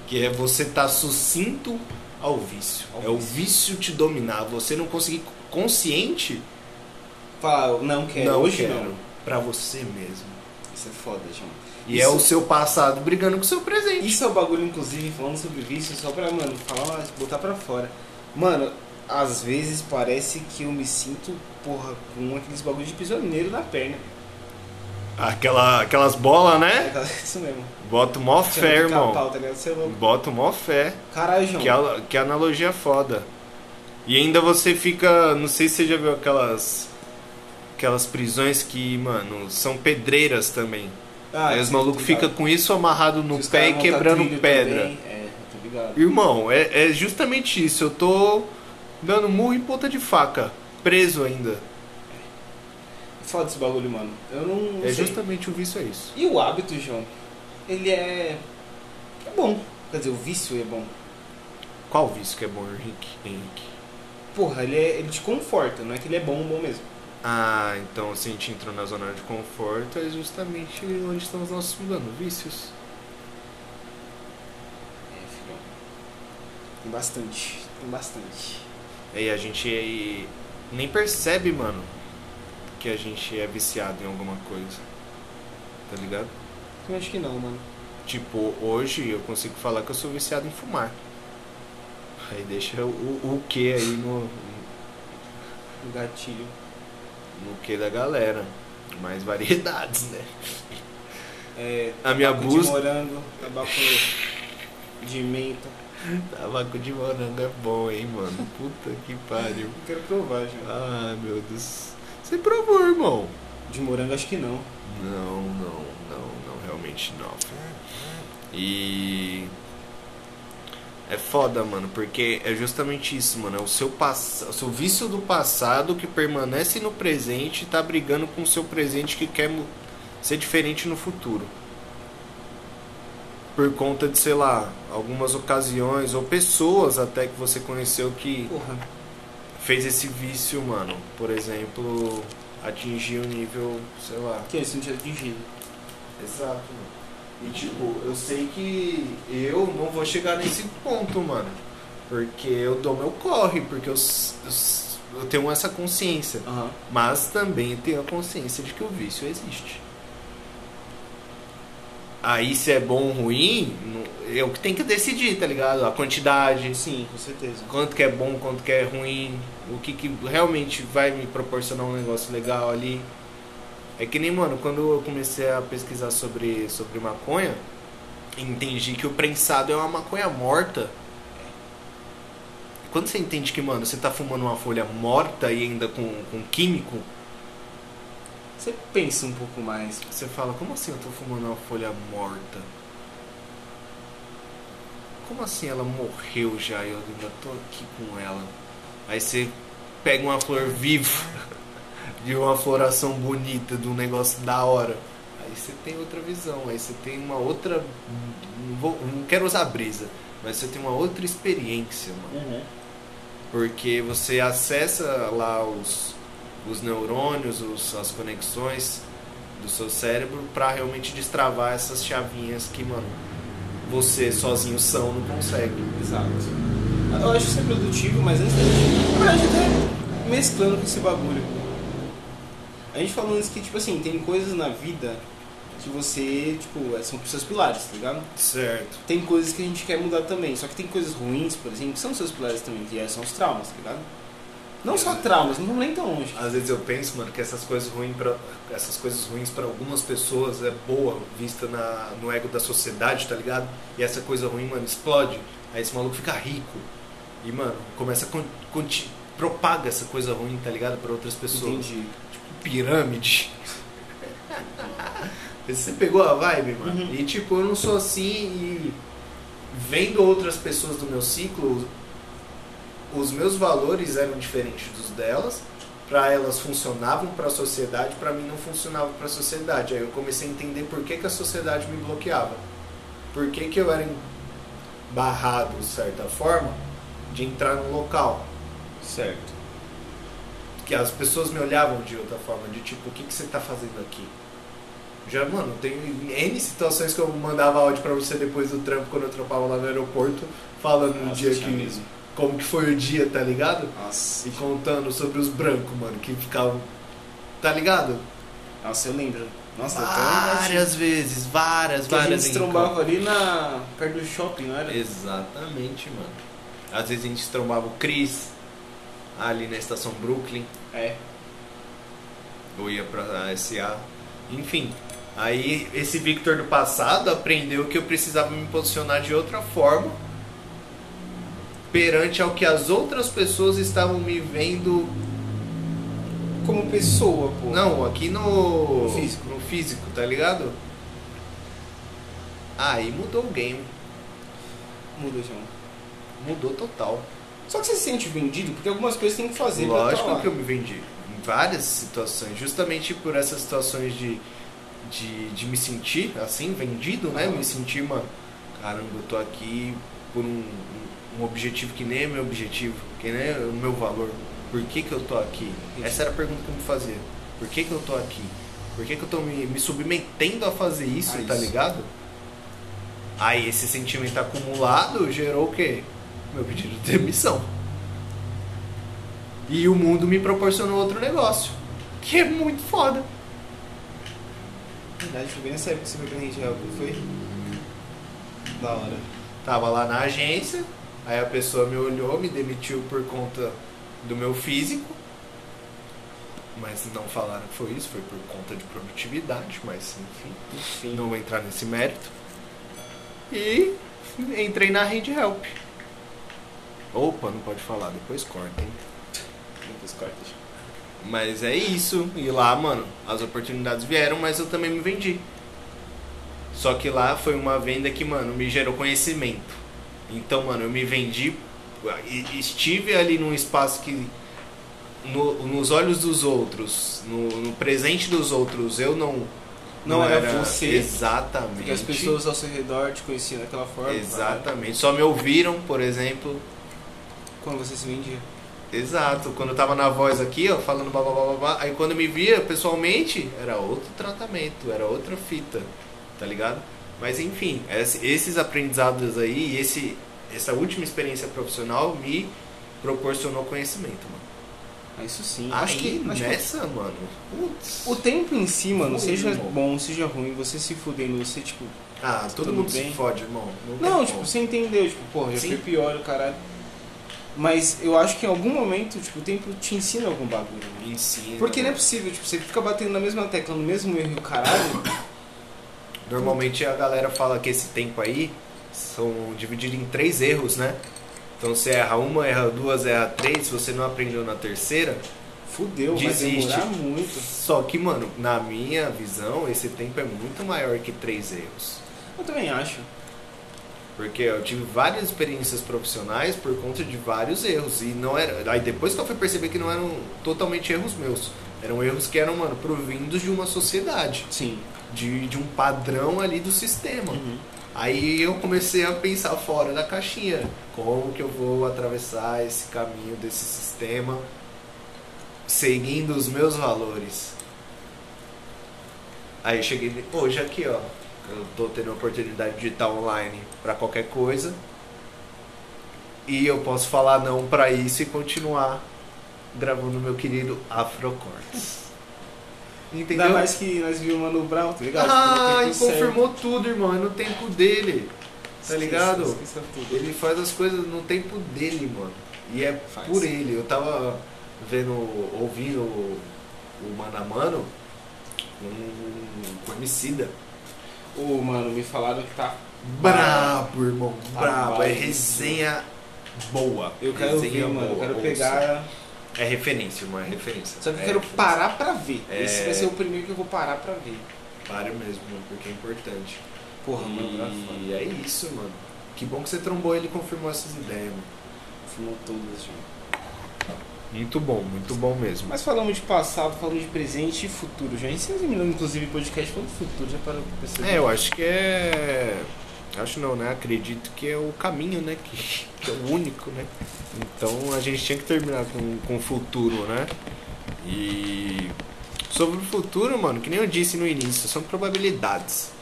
Speaker 2: Que é você estar tá sucinto ao vício.
Speaker 1: Ao
Speaker 2: é o
Speaker 1: vício.
Speaker 2: vício te dominar, você não conseguir consciente,
Speaker 1: Fala, não quero,
Speaker 2: não
Speaker 1: hoje
Speaker 2: quero.
Speaker 1: não.
Speaker 2: Pra você mesmo.
Speaker 1: Isso é foda, gente.
Speaker 2: E
Speaker 1: Isso-
Speaker 2: é o seu passado brigando com o seu presente.
Speaker 1: Isso é o bagulho, inclusive, falando sobre vício, só pra, mano, falar, botar pra fora. Mano, às vezes parece que eu me sinto, porra, com aqueles bagulhos de prisioneiro na perna.
Speaker 2: Aquela, aquelas bolas, né?
Speaker 1: Tá, (laughs) Isso mesmo.
Speaker 2: Bota mó fé,
Speaker 1: Tirando
Speaker 2: irmão.
Speaker 1: pica-pau, tá ligado? Você é louco.
Speaker 2: Bota mó fé.
Speaker 1: Caralho, João.
Speaker 2: Que, a- que analogia é foda. E ainda você fica. Não sei se você já viu aquelas. Aquelas prisões que, mano, são pedreiras também.
Speaker 1: Ah,
Speaker 2: Aí os
Speaker 1: sim,
Speaker 2: malucos
Speaker 1: tô
Speaker 2: ficam
Speaker 1: ligado.
Speaker 2: com isso amarrado no
Speaker 1: Que os
Speaker 2: pé
Speaker 1: caras
Speaker 2: e
Speaker 1: montam
Speaker 2: quebrando
Speaker 1: trilho
Speaker 2: pedra.
Speaker 1: também. É, tô ligado.
Speaker 2: Irmão, é, é justamente isso. Eu tô dando murro em ponta de faca. Preso ainda.
Speaker 1: Foda esse bagulho, mano. Eu não. não
Speaker 2: É
Speaker 1: sei.
Speaker 2: justamente o vício, é isso.
Speaker 1: E o hábito, João? Ele é. É bom. Quer dizer, o vício é bom.
Speaker 2: Qual vício que é bom, Henrique? Henrique?
Speaker 1: Porra, ele, é, ele te conforta, não é que ele é bom, bom mesmo.
Speaker 2: Ah, então se a gente entrou na zona de conforto, é justamente onde estão os nossos mano, vícios.
Speaker 1: É, filhão. Tem bastante. Tem bastante.
Speaker 2: E a gente aí nem percebe, mano, que a gente é viciado em alguma coisa. Tá ligado?
Speaker 1: Eu acho que não, mano.
Speaker 2: Tipo, hoje eu consigo falar que eu sou viciado em fumar. Aí deixa o, o que aí no,
Speaker 1: O gatilho.
Speaker 2: no que da galera. Mais variedades, né?
Speaker 1: É.
Speaker 2: A minha
Speaker 1: tabaco de
Speaker 2: bus-
Speaker 1: morango, tabaco de menta.
Speaker 2: Tabaco Ah, de morango é bom, hein, mano? Puta que pariu.
Speaker 1: Eu quero provar, João.
Speaker 2: Ah, meu Deus. Você provou, irmão.
Speaker 1: De morango, acho que não.
Speaker 2: Não, não, não, não, realmente não. E é foda, mano, porque é justamente isso, mano. É o seu pass... o seu vício do passado que permanece no presente e tá brigando com o seu presente que quer mu- ser diferente no futuro. Por conta de, sei lá, algumas ocasiões ou pessoas até que você conheceu que
Speaker 1: Porra.
Speaker 2: fez esse vício, mano. Por exemplo, atingir o nível, sei lá,
Speaker 1: Que é isso Um não tinha atingido.
Speaker 2: Exato, mano. E tipo, eu sei que eu não vou chegar nesse ponto, mano. Porque eu dou meu corre, porque eu, s- eu, s- eu tenho essa consciência.
Speaker 1: Aham.
Speaker 2: Mas também tenho a consciência de que o vício existe. Aí se é bom ou ruim, não- eu que tenho que decidir, tá ligado? A quantidade,
Speaker 1: Sim, com certeza.
Speaker 2: quanto que é bom, quanto que é ruim, o que, que realmente vai me proporcionar um negócio legal ali. É que nem, mano, quando eu comecei a pesquisar sobre, sobre maconha, entendi que o prensado é uma maconha morta. Quando você entende que, mano, você tá fumando uma folha morta e ainda com, com químico,
Speaker 1: Você pensa um pouco mais.
Speaker 2: você fala, como assim eu tô fumando uma folha morta? Como assim ela morreu já e eu ainda tô aqui com ela? Aí você pega uma flor viva (laughs) de uma floração bonita, de um negócio da hora. Aí você tem outra visão, aí você tem uma outra. hum, Não, vou- não quero usar brisa, mas você tem uma outra experiência, mano.
Speaker 1: Uhum.
Speaker 2: Porque você acessa lá os, os neurônios, os- as conexões do seu cérebro pra realmente destravar essas chavinhas que, mano, você sozinho são não consegue.
Speaker 1: Exato. Eu acho que isso é produtivo, mas antes da gente. Na verdade, até mesclando com esse bagulho. A gente falou antes que, tipo assim, tem coisas na vida que você, tipo, é- são seus pilares, tá ligado?
Speaker 2: Certo.
Speaker 1: Tem coisas que a gente quer mudar também, só que tem coisas ruins, por exemplo, que são seus pilares também, que é- são os traumas, tá ligado? Não só
Speaker 2: Exato.
Speaker 1: traumas, não vamos nem tão longe.
Speaker 2: Às vezes eu penso, mano, que essas coisas ruins para essas coisas ruins para algumas pessoas é boa vista na, no ego da sociedade, tá ligado? E essa coisa ruim, mano, explode. Aí esse maluco fica rico. E, mano, começa a con- conti- propaga essa coisa ruim, tá ligado? Pra outras pessoas.
Speaker 1: Entendi.
Speaker 2: pirâmide. Você pegou a vibe, mano?
Speaker 1: Uhum.
Speaker 2: E tipo, eu não sou assim e vendo outras pessoas do meu ciclo, os meus valores eram diferentes dos delas. Pra elas funcionavam pra sociedade, pra mim não funcionava pra sociedade. Aí eu comecei a entender por que, que a sociedade me bloqueava. Por que, que eu era barrado, de certa forma, de entrar no local
Speaker 1: Certo.
Speaker 2: que as pessoas me olhavam de outra forma, de tipo, o que, que você tá fazendo aqui? Já, mano, tem N situações que eu mandava áudio pra você depois do trampo, quando eu trampava lá no aeroporto, falando no Um dia que,
Speaker 1: mesmo.
Speaker 2: como que foi o dia, tá ligado?
Speaker 1: Nossa,
Speaker 2: E contando sobre os brancos, mano, que ficavam. Tá ligado?
Speaker 1: nossa, eu lembro. Nossa, eu tô lembrando.
Speaker 2: Várias vezes, várias,
Speaker 1: Que a gente
Speaker 2: várias
Speaker 1: se
Speaker 2: vezes.
Speaker 1: trombava ali na. perto do shopping, não
Speaker 2: É.
Speaker 1: era?
Speaker 2: Exatamente, mano. Às vezes a gente trombava o Chris ali na estação Brooklyn.
Speaker 1: É.
Speaker 2: ou ia pra SA. Enfim, aí esse Victor do passado aprendeu que eu precisava me posicionar de outra forma perante ao que as outras pessoas estavam me vendo.
Speaker 1: Como pessoa, pô.
Speaker 2: Não, aqui no.
Speaker 1: No físico.
Speaker 2: no físico, tá ligado? Aí mudou o game.
Speaker 1: Muda, João.
Speaker 2: Mudou total.
Speaker 1: Só que você se sente vendido, porque algumas coisas tem que fazer pra tá
Speaker 2: Lógico
Speaker 1: lá.
Speaker 2: que eu me vendi em várias situações, justamente por essas situações de, de, de me sentir assim, vendido, né? Me sentir, mano, caramba, eu tô aqui por um, um objetivo que nem é meu objetivo, que nem é o meu valor. Por que, que eu tô aqui? Essa era a pergunta que eu me fazia. Por que, que eu tô aqui? Por que, que eu tô me, me submetendo a fazer isso,
Speaker 1: A
Speaker 2: tá
Speaker 1: isso.
Speaker 2: ligado? Aí esse sentimento acumulado gerou o quê? Meu pedido de demissão. E o mundo me proporcionou outro negócio. Que é muito foda.
Speaker 1: Na verdade, foi bem nessa época que você foi pra Rede Real, foi? Da hora.
Speaker 2: Tava lá na agência, aí a pessoa me olhou, me demitiu por conta do meu físico. Mas não falaram que foi isso, foi por conta de produtividade, mas enfim,
Speaker 1: Enfim.
Speaker 2: não vou entrar nesse mérito. E entrei na Rede Help. Opa, não pode falar, depois corta, hein?
Speaker 1: Muitos cortes.
Speaker 2: Mas é isso. E lá, mano, as oportunidades vieram, mas eu também me vendi. Só que lá foi uma venda que, mano, me gerou conhecimento. Então, mano, eu me vendi. e- Estive ali num espaço que. no- nos olhos dos outros, no, no presente dos outros, eu não.
Speaker 1: Não era você.
Speaker 2: Exatamente.
Speaker 1: Porque as pessoas ao seu redor te conheciam daquela forma.
Speaker 2: Exatamente. Só me ouviram, por exemplo,
Speaker 1: né? Quando você se vendia.
Speaker 2: Exato, quando eu tava na voz aqui, ó, falando blá blá blá blá, blá, aí quando eu me via pessoalmente, era outro tratamento, era outra fita, tá ligado? Mas enfim, esse- esses aprendizados aí, e esse, essa última experiência profissional me proporcionou conhecimento, mano.
Speaker 1: Ah, isso sim.
Speaker 2: Acho que
Speaker 1: acho que
Speaker 2: nessa, mano, putz.
Speaker 1: o tempo em si, mano,
Speaker 2: Foi,
Speaker 1: seja
Speaker 2: irmão.
Speaker 1: bom, seja ruim, você se fudendo, você, tipo...
Speaker 2: Ah, todo
Speaker 1: tudo
Speaker 2: mundo
Speaker 1: bem.
Speaker 2: se fode, irmão. tem
Speaker 1: Não,
Speaker 2: como.
Speaker 1: tipo, você entendeu, tipo, porra, já
Speaker 2: Sim.
Speaker 1: foi pior, o caralho. Mas eu acho que em algum momento, tipo, o tempo te ensina algum bagulho, né?
Speaker 2: ensina.
Speaker 1: Porque não é possível, tipo, você fica batendo na mesma tecla, no mesmo erro e o caralho.
Speaker 2: Normalmente a galera fala que esse tempo aí são divididos em três erros, né? Então você erra uma, erra duas, erra três, se você não aprendeu na terceira.
Speaker 1: Fudeu,
Speaker 2: Desiste.
Speaker 1: vai demorar muito.
Speaker 2: Só que, mano, na minha visão, esse tempo é muito maior que três erros.
Speaker 1: Eu também acho.
Speaker 2: Porque eu tive várias experiências profissionais por conta de vários erros. E não era. Aí depois que eu fui perceber que não eram totalmente erros meus. Eram erros que eram, mano, provindos de uma sociedade,
Speaker 1: Sim.
Speaker 2: de, de um padrão ali do sistema. Aí eu comecei a pensar fora da caixinha. Como que eu vou atravessar esse caminho desse sistema seguindo os meus valores? Aí eu cheguei de- hoje aqui, ó. Eu tô tendo a oportunidade de estar online para qualquer coisa. E eu posso falar não para isso e continuar gravando meu querido Afrocortes. Entendeu?
Speaker 1: Ainda mais que nós vimos o Mano Brown, tá ligado?
Speaker 2: Ah,
Speaker 1: Tipo, no
Speaker 2: e
Speaker 1: tempo certo. tá
Speaker 2: confirmou tudo, irmão. É no tempo dele. tá
Speaker 1: Esqueça,
Speaker 2: ligado?
Speaker 1: esqueça tudo.
Speaker 2: Ele faz as coisas no tempo dele, mano. E é
Speaker 1: Faz.
Speaker 2: por ele. Eu tava vendo, ouvindo o, o Mano a Mano um, com homicida.
Speaker 1: Ô, mano, me falaram que tá.
Speaker 2: Brabo, irmão.
Speaker 1: Tá
Speaker 2: Brabo. É
Speaker 1: brabo.
Speaker 2: resenha boa.
Speaker 1: Eu quero
Speaker 2: resenha
Speaker 1: ver, mano. Eu
Speaker 2: boa,
Speaker 1: quero
Speaker 2: ouça.
Speaker 1: pegar.
Speaker 2: É referência, irmão. É referência.
Speaker 1: Só que eu
Speaker 2: É
Speaker 1: quero
Speaker 2: referência.
Speaker 1: parar pra ver.
Speaker 2: É.
Speaker 1: Esse vai ser o primeiro que eu vou parar pra ver.
Speaker 2: Para mesmo, mano, porque é importante.
Speaker 1: Porra, mano, Brown é foda.
Speaker 2: E é isso, mano. Que bom que você trombou ele e confirmou essas ideias, mano.
Speaker 1: Fumou todas, João.
Speaker 2: Muito bom, muito bom mesmo.
Speaker 1: Mas falamos de passado, falamos de presente e futuro. Já ensinou, inclusive, o podcast falando de futuro. Já parou pra perceber?
Speaker 2: É, eu acho que é. Acho não, né? Acredito que é o caminho, né? Que, que é o único, né? Então a gente tinha que terminar com, com o futuro, né? E. Sobre o futuro, mano, que nem eu disse no início, são probabilidades.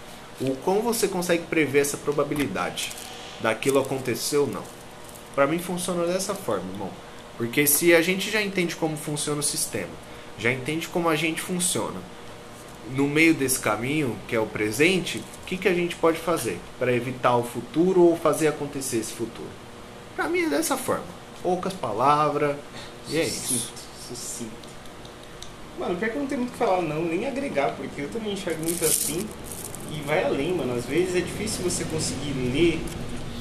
Speaker 2: O como você consegue prever essa probabilidade? Daquilo aconteceu ou não? Pra mim funciona dessa forma, irmão. Porque se a gente já entende como funciona o sistema, já entende como a gente funciona, no meio desse caminho, que é o presente, o que, que a gente pode fazer para evitar o futuro ou fazer acontecer esse futuro? Pra mim é dessa forma. Poucas palavras, e é isso.
Speaker 1: Sucinto, Sucinto. Mano, pior que eu não tenho muito o que falar não, nem agregar, porque eu também enxergo muito assim e vai além, mano. Às vezes é difícil você conseguir ler.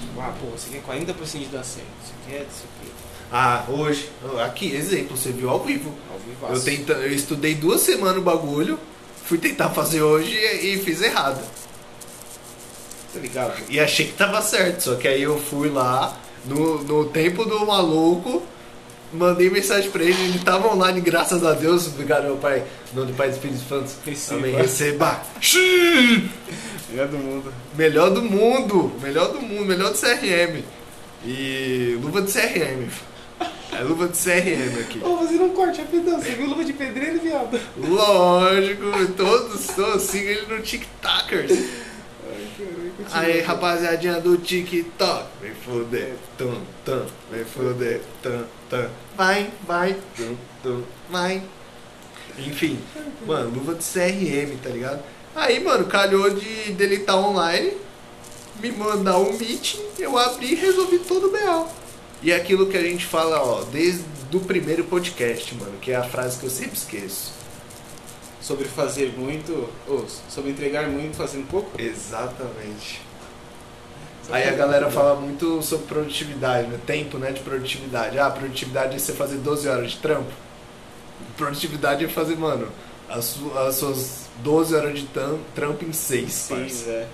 Speaker 1: tipo, Ah, pô, você quer 40% de dar certo, você quer isso aqui.
Speaker 2: Ah, hoje, aqui, exemplo, você viu ao vivo.
Speaker 1: Ao vivaço.
Speaker 2: Eu, tenta, eu estudei duas semanas o bagulho, fui tentar fazer hoje e, e fiz errado.
Speaker 1: Tá ligado?
Speaker 2: (laughs) E achei que tava certo, só que aí eu fui lá no, no tempo do maluco, mandei mensagem pra ele, ele tava online, graças a Deus, obrigado meu pai, em nome do Pai do Espírito Santo.
Speaker 1: Receba.
Speaker 2: Amém. Receba. Xiii! É
Speaker 1: Melhor do mundo.
Speaker 2: Melhor do mundo, melhor do mundo, melhor do CRM. E luva de CRM. É luva de CRM aqui.
Speaker 1: Ô, fazendo um corte rapidão, você viu luva de pedreiro, viado?
Speaker 2: Lógico, todos, todos sigam ele no TikTokers. Aí, rapaziadinha do TikTok, vem foder, tum, tum, vem foder, tum, tum, vai, vai, tum, tum, vai. Enfim, mano, luva de CRM, tá ligado? Aí, mano, calhou de deletar online, me mandar um meeting, eu abri e resolvi todo o B.O. E é aquilo que a gente fala, ó, desde o primeiro podcast, mano, que é a frase que eu sempre esqueço.
Speaker 1: Sobre fazer muito, ou sobre entregar muito fazendo pouco?
Speaker 2: Exatamente. Aí a galera fala muito sobre produtividade, né? Tempo, né? De produtividade. Ah, produtividade é você fazer 12 horas de trampo. Produtividade é fazer, mano, as, su- as suas 12 horas de tam- trampo em 6,
Speaker 1: Seis, é.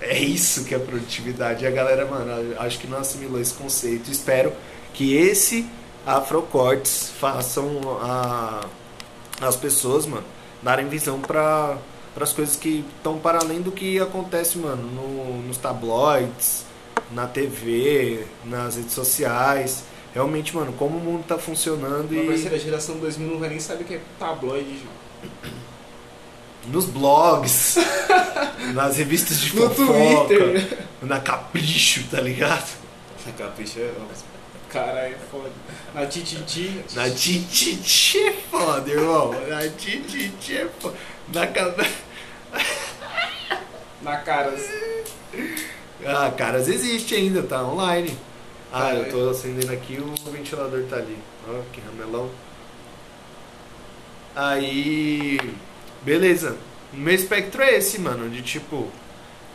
Speaker 2: É isso que é produtividade. E a galera, mano, acho que não assimilou esse conceito. Espero que esse Afrocortes façam a, as pessoas, mano, darem visão para as coisas que estão para além do que acontece, mano, no- nos tabloides, na TV, nas redes sociais. Realmente, mano, como o mundo tá funcionando
Speaker 1: Uma
Speaker 2: e
Speaker 1: parceira geração 2000 não vai nem saber o que é tabloide, João.
Speaker 2: nos blogs, (laughs) nas revistas de
Speaker 1: (laughs) No
Speaker 2: fofoca,
Speaker 1: Twitter.
Speaker 2: na Capricho, tá ligado?
Speaker 1: Capricha, caralho, é foda. Na Tititi,
Speaker 2: Na Tititi é foda, irmão. Na Tititi é foda. Na cabeça.
Speaker 1: na Caras.
Speaker 2: (laughs) Ah, caras existe ainda, tá online. Ah,
Speaker 1: Caralho.
Speaker 2: eu tô acendendo aqui o ventilador tá ali. Ó, que ramelão. Aí. Beleza. O meu espectro é esse, mano. De tipo,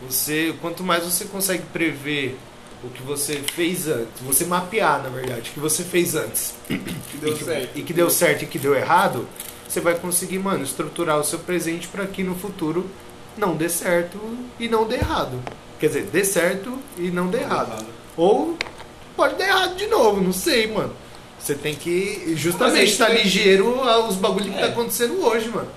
Speaker 2: você. Quanto mais você consegue prever o que você fez antes, você mapear, na verdade, o que você fez antes.
Speaker 1: Que deu
Speaker 2: e que,
Speaker 1: certo.
Speaker 2: E que deu certo e que deu errado, você vai conseguir, mano, estruturar o seu presente para que no futuro não dê certo e não dê errado. Quer dizer, dê certo e não dê errado. Ou pode dar errado de novo, não sei, mano. Você tem que
Speaker 1: Mas é
Speaker 2: justamente
Speaker 1: isso
Speaker 2: estar
Speaker 1: aí.
Speaker 2: ligeiro aos bagulho que
Speaker 1: É.
Speaker 2: tá acontecendo hoje, mano.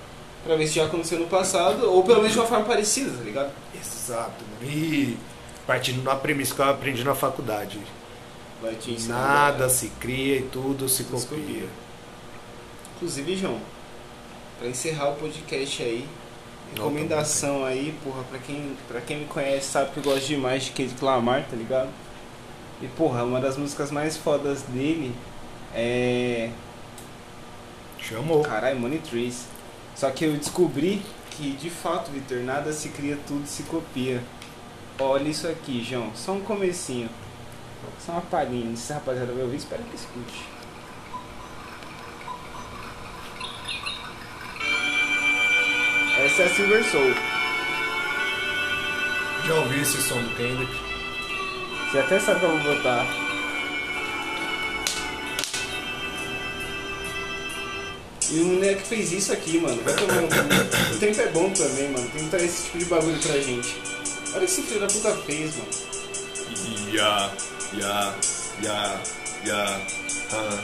Speaker 1: Pra ver se já aconteceu no passado, ou pelo menos de uma forma parecida, tá ligado?
Speaker 2: Exato, mano. E partindo da premissa que eu aprendi na faculdade.
Speaker 1: Vai te ensinar.
Speaker 2: Nada se cria e tudo se
Speaker 1: Tudo se
Speaker 2: copia.
Speaker 1: copia. Inclusive, João, pra encerrar o podcast aí,
Speaker 2: Não,
Speaker 1: recomendação aí, porra, pra quem, pra quem me conhece sabe que eu gosto demais de Kendrick Lamar, tá ligado? E, porra, uma das músicas mais fodas dele é.
Speaker 2: Chamou.
Speaker 1: Caralho, Money Trees. Só que eu descobri que, de fato, Vitor, nada se cria, tudo se copia. Olha isso aqui, João. Só um comecinho. Só uma palhinha. Não sei se a rapaziada vai ouvir, espero que escute. Essa é a Silver Soul.
Speaker 2: Já ouvi esse som do Kendrick.
Speaker 1: Você até sabe como botar. E o moleque fez isso aqui, mano. Vai tomar no cu. O tempo é bom também, mano. Tem que trazer esse tipo de bagulho pra gente. Olha o que esse filho da puta fez, mano.
Speaker 3: Ya, ya, ya, ya. ah.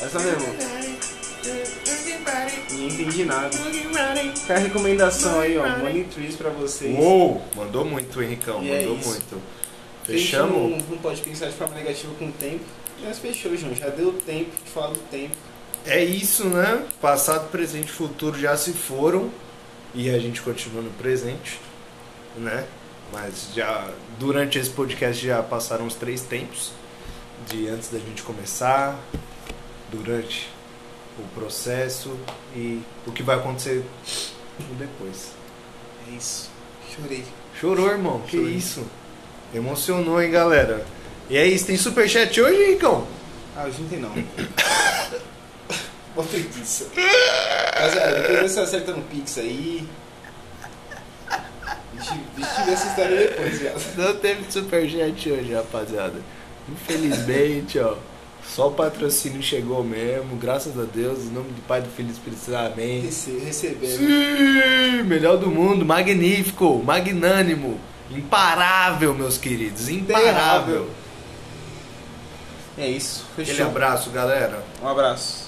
Speaker 1: Essa É mesmo. Não entendi nada. Fica a recomendação aí, ó. Money Trees pra vocês.
Speaker 2: Uou! Mandou muito, Henricão,
Speaker 1: E é
Speaker 2: mandou
Speaker 1: isso. um-
Speaker 2: muito.
Speaker 1: A gente
Speaker 2: Fechamos?
Speaker 1: Não, não pode pensar de forma negativa com o tempo. Mas fechou, João. Já deu tempo de falar do tempo.
Speaker 2: É isso, né? Passado, presente e futuro já se foram. E a gente continua no presente, né? Mas já durante esse podcast já passaram uns três tempos de antes da gente começar, durante o processo e o que vai acontecer depois.
Speaker 1: É isso. Chorei.
Speaker 2: Chorou, irmão. Que
Speaker 1: Chorei.
Speaker 2: isso? Emocionou, hein, galera? E é isso, tem superchat hoje, Ricão?
Speaker 1: Ah, hoje não (coughs) tem não. Uma preguiça. Mas é, depois você acerta no Pix aí. Deixa, deixa eu ver essa história depois, viado.
Speaker 2: Não teve superchat hoje, rapaziada. Infelizmente, ó. Só o patrocínio chegou mesmo, graças a Deus, em nome do Pai, do Filho e do Espírito Santo, amém.
Speaker 1: Rece- Recebendo.
Speaker 2: Sim, melhor do mundo, magnífico, magnânimo, imparável, meus queridos, imparável.
Speaker 1: É isso.
Speaker 2: Aquele
Speaker 1: É Fechou.
Speaker 2: abraço, galera.
Speaker 1: Um abraço.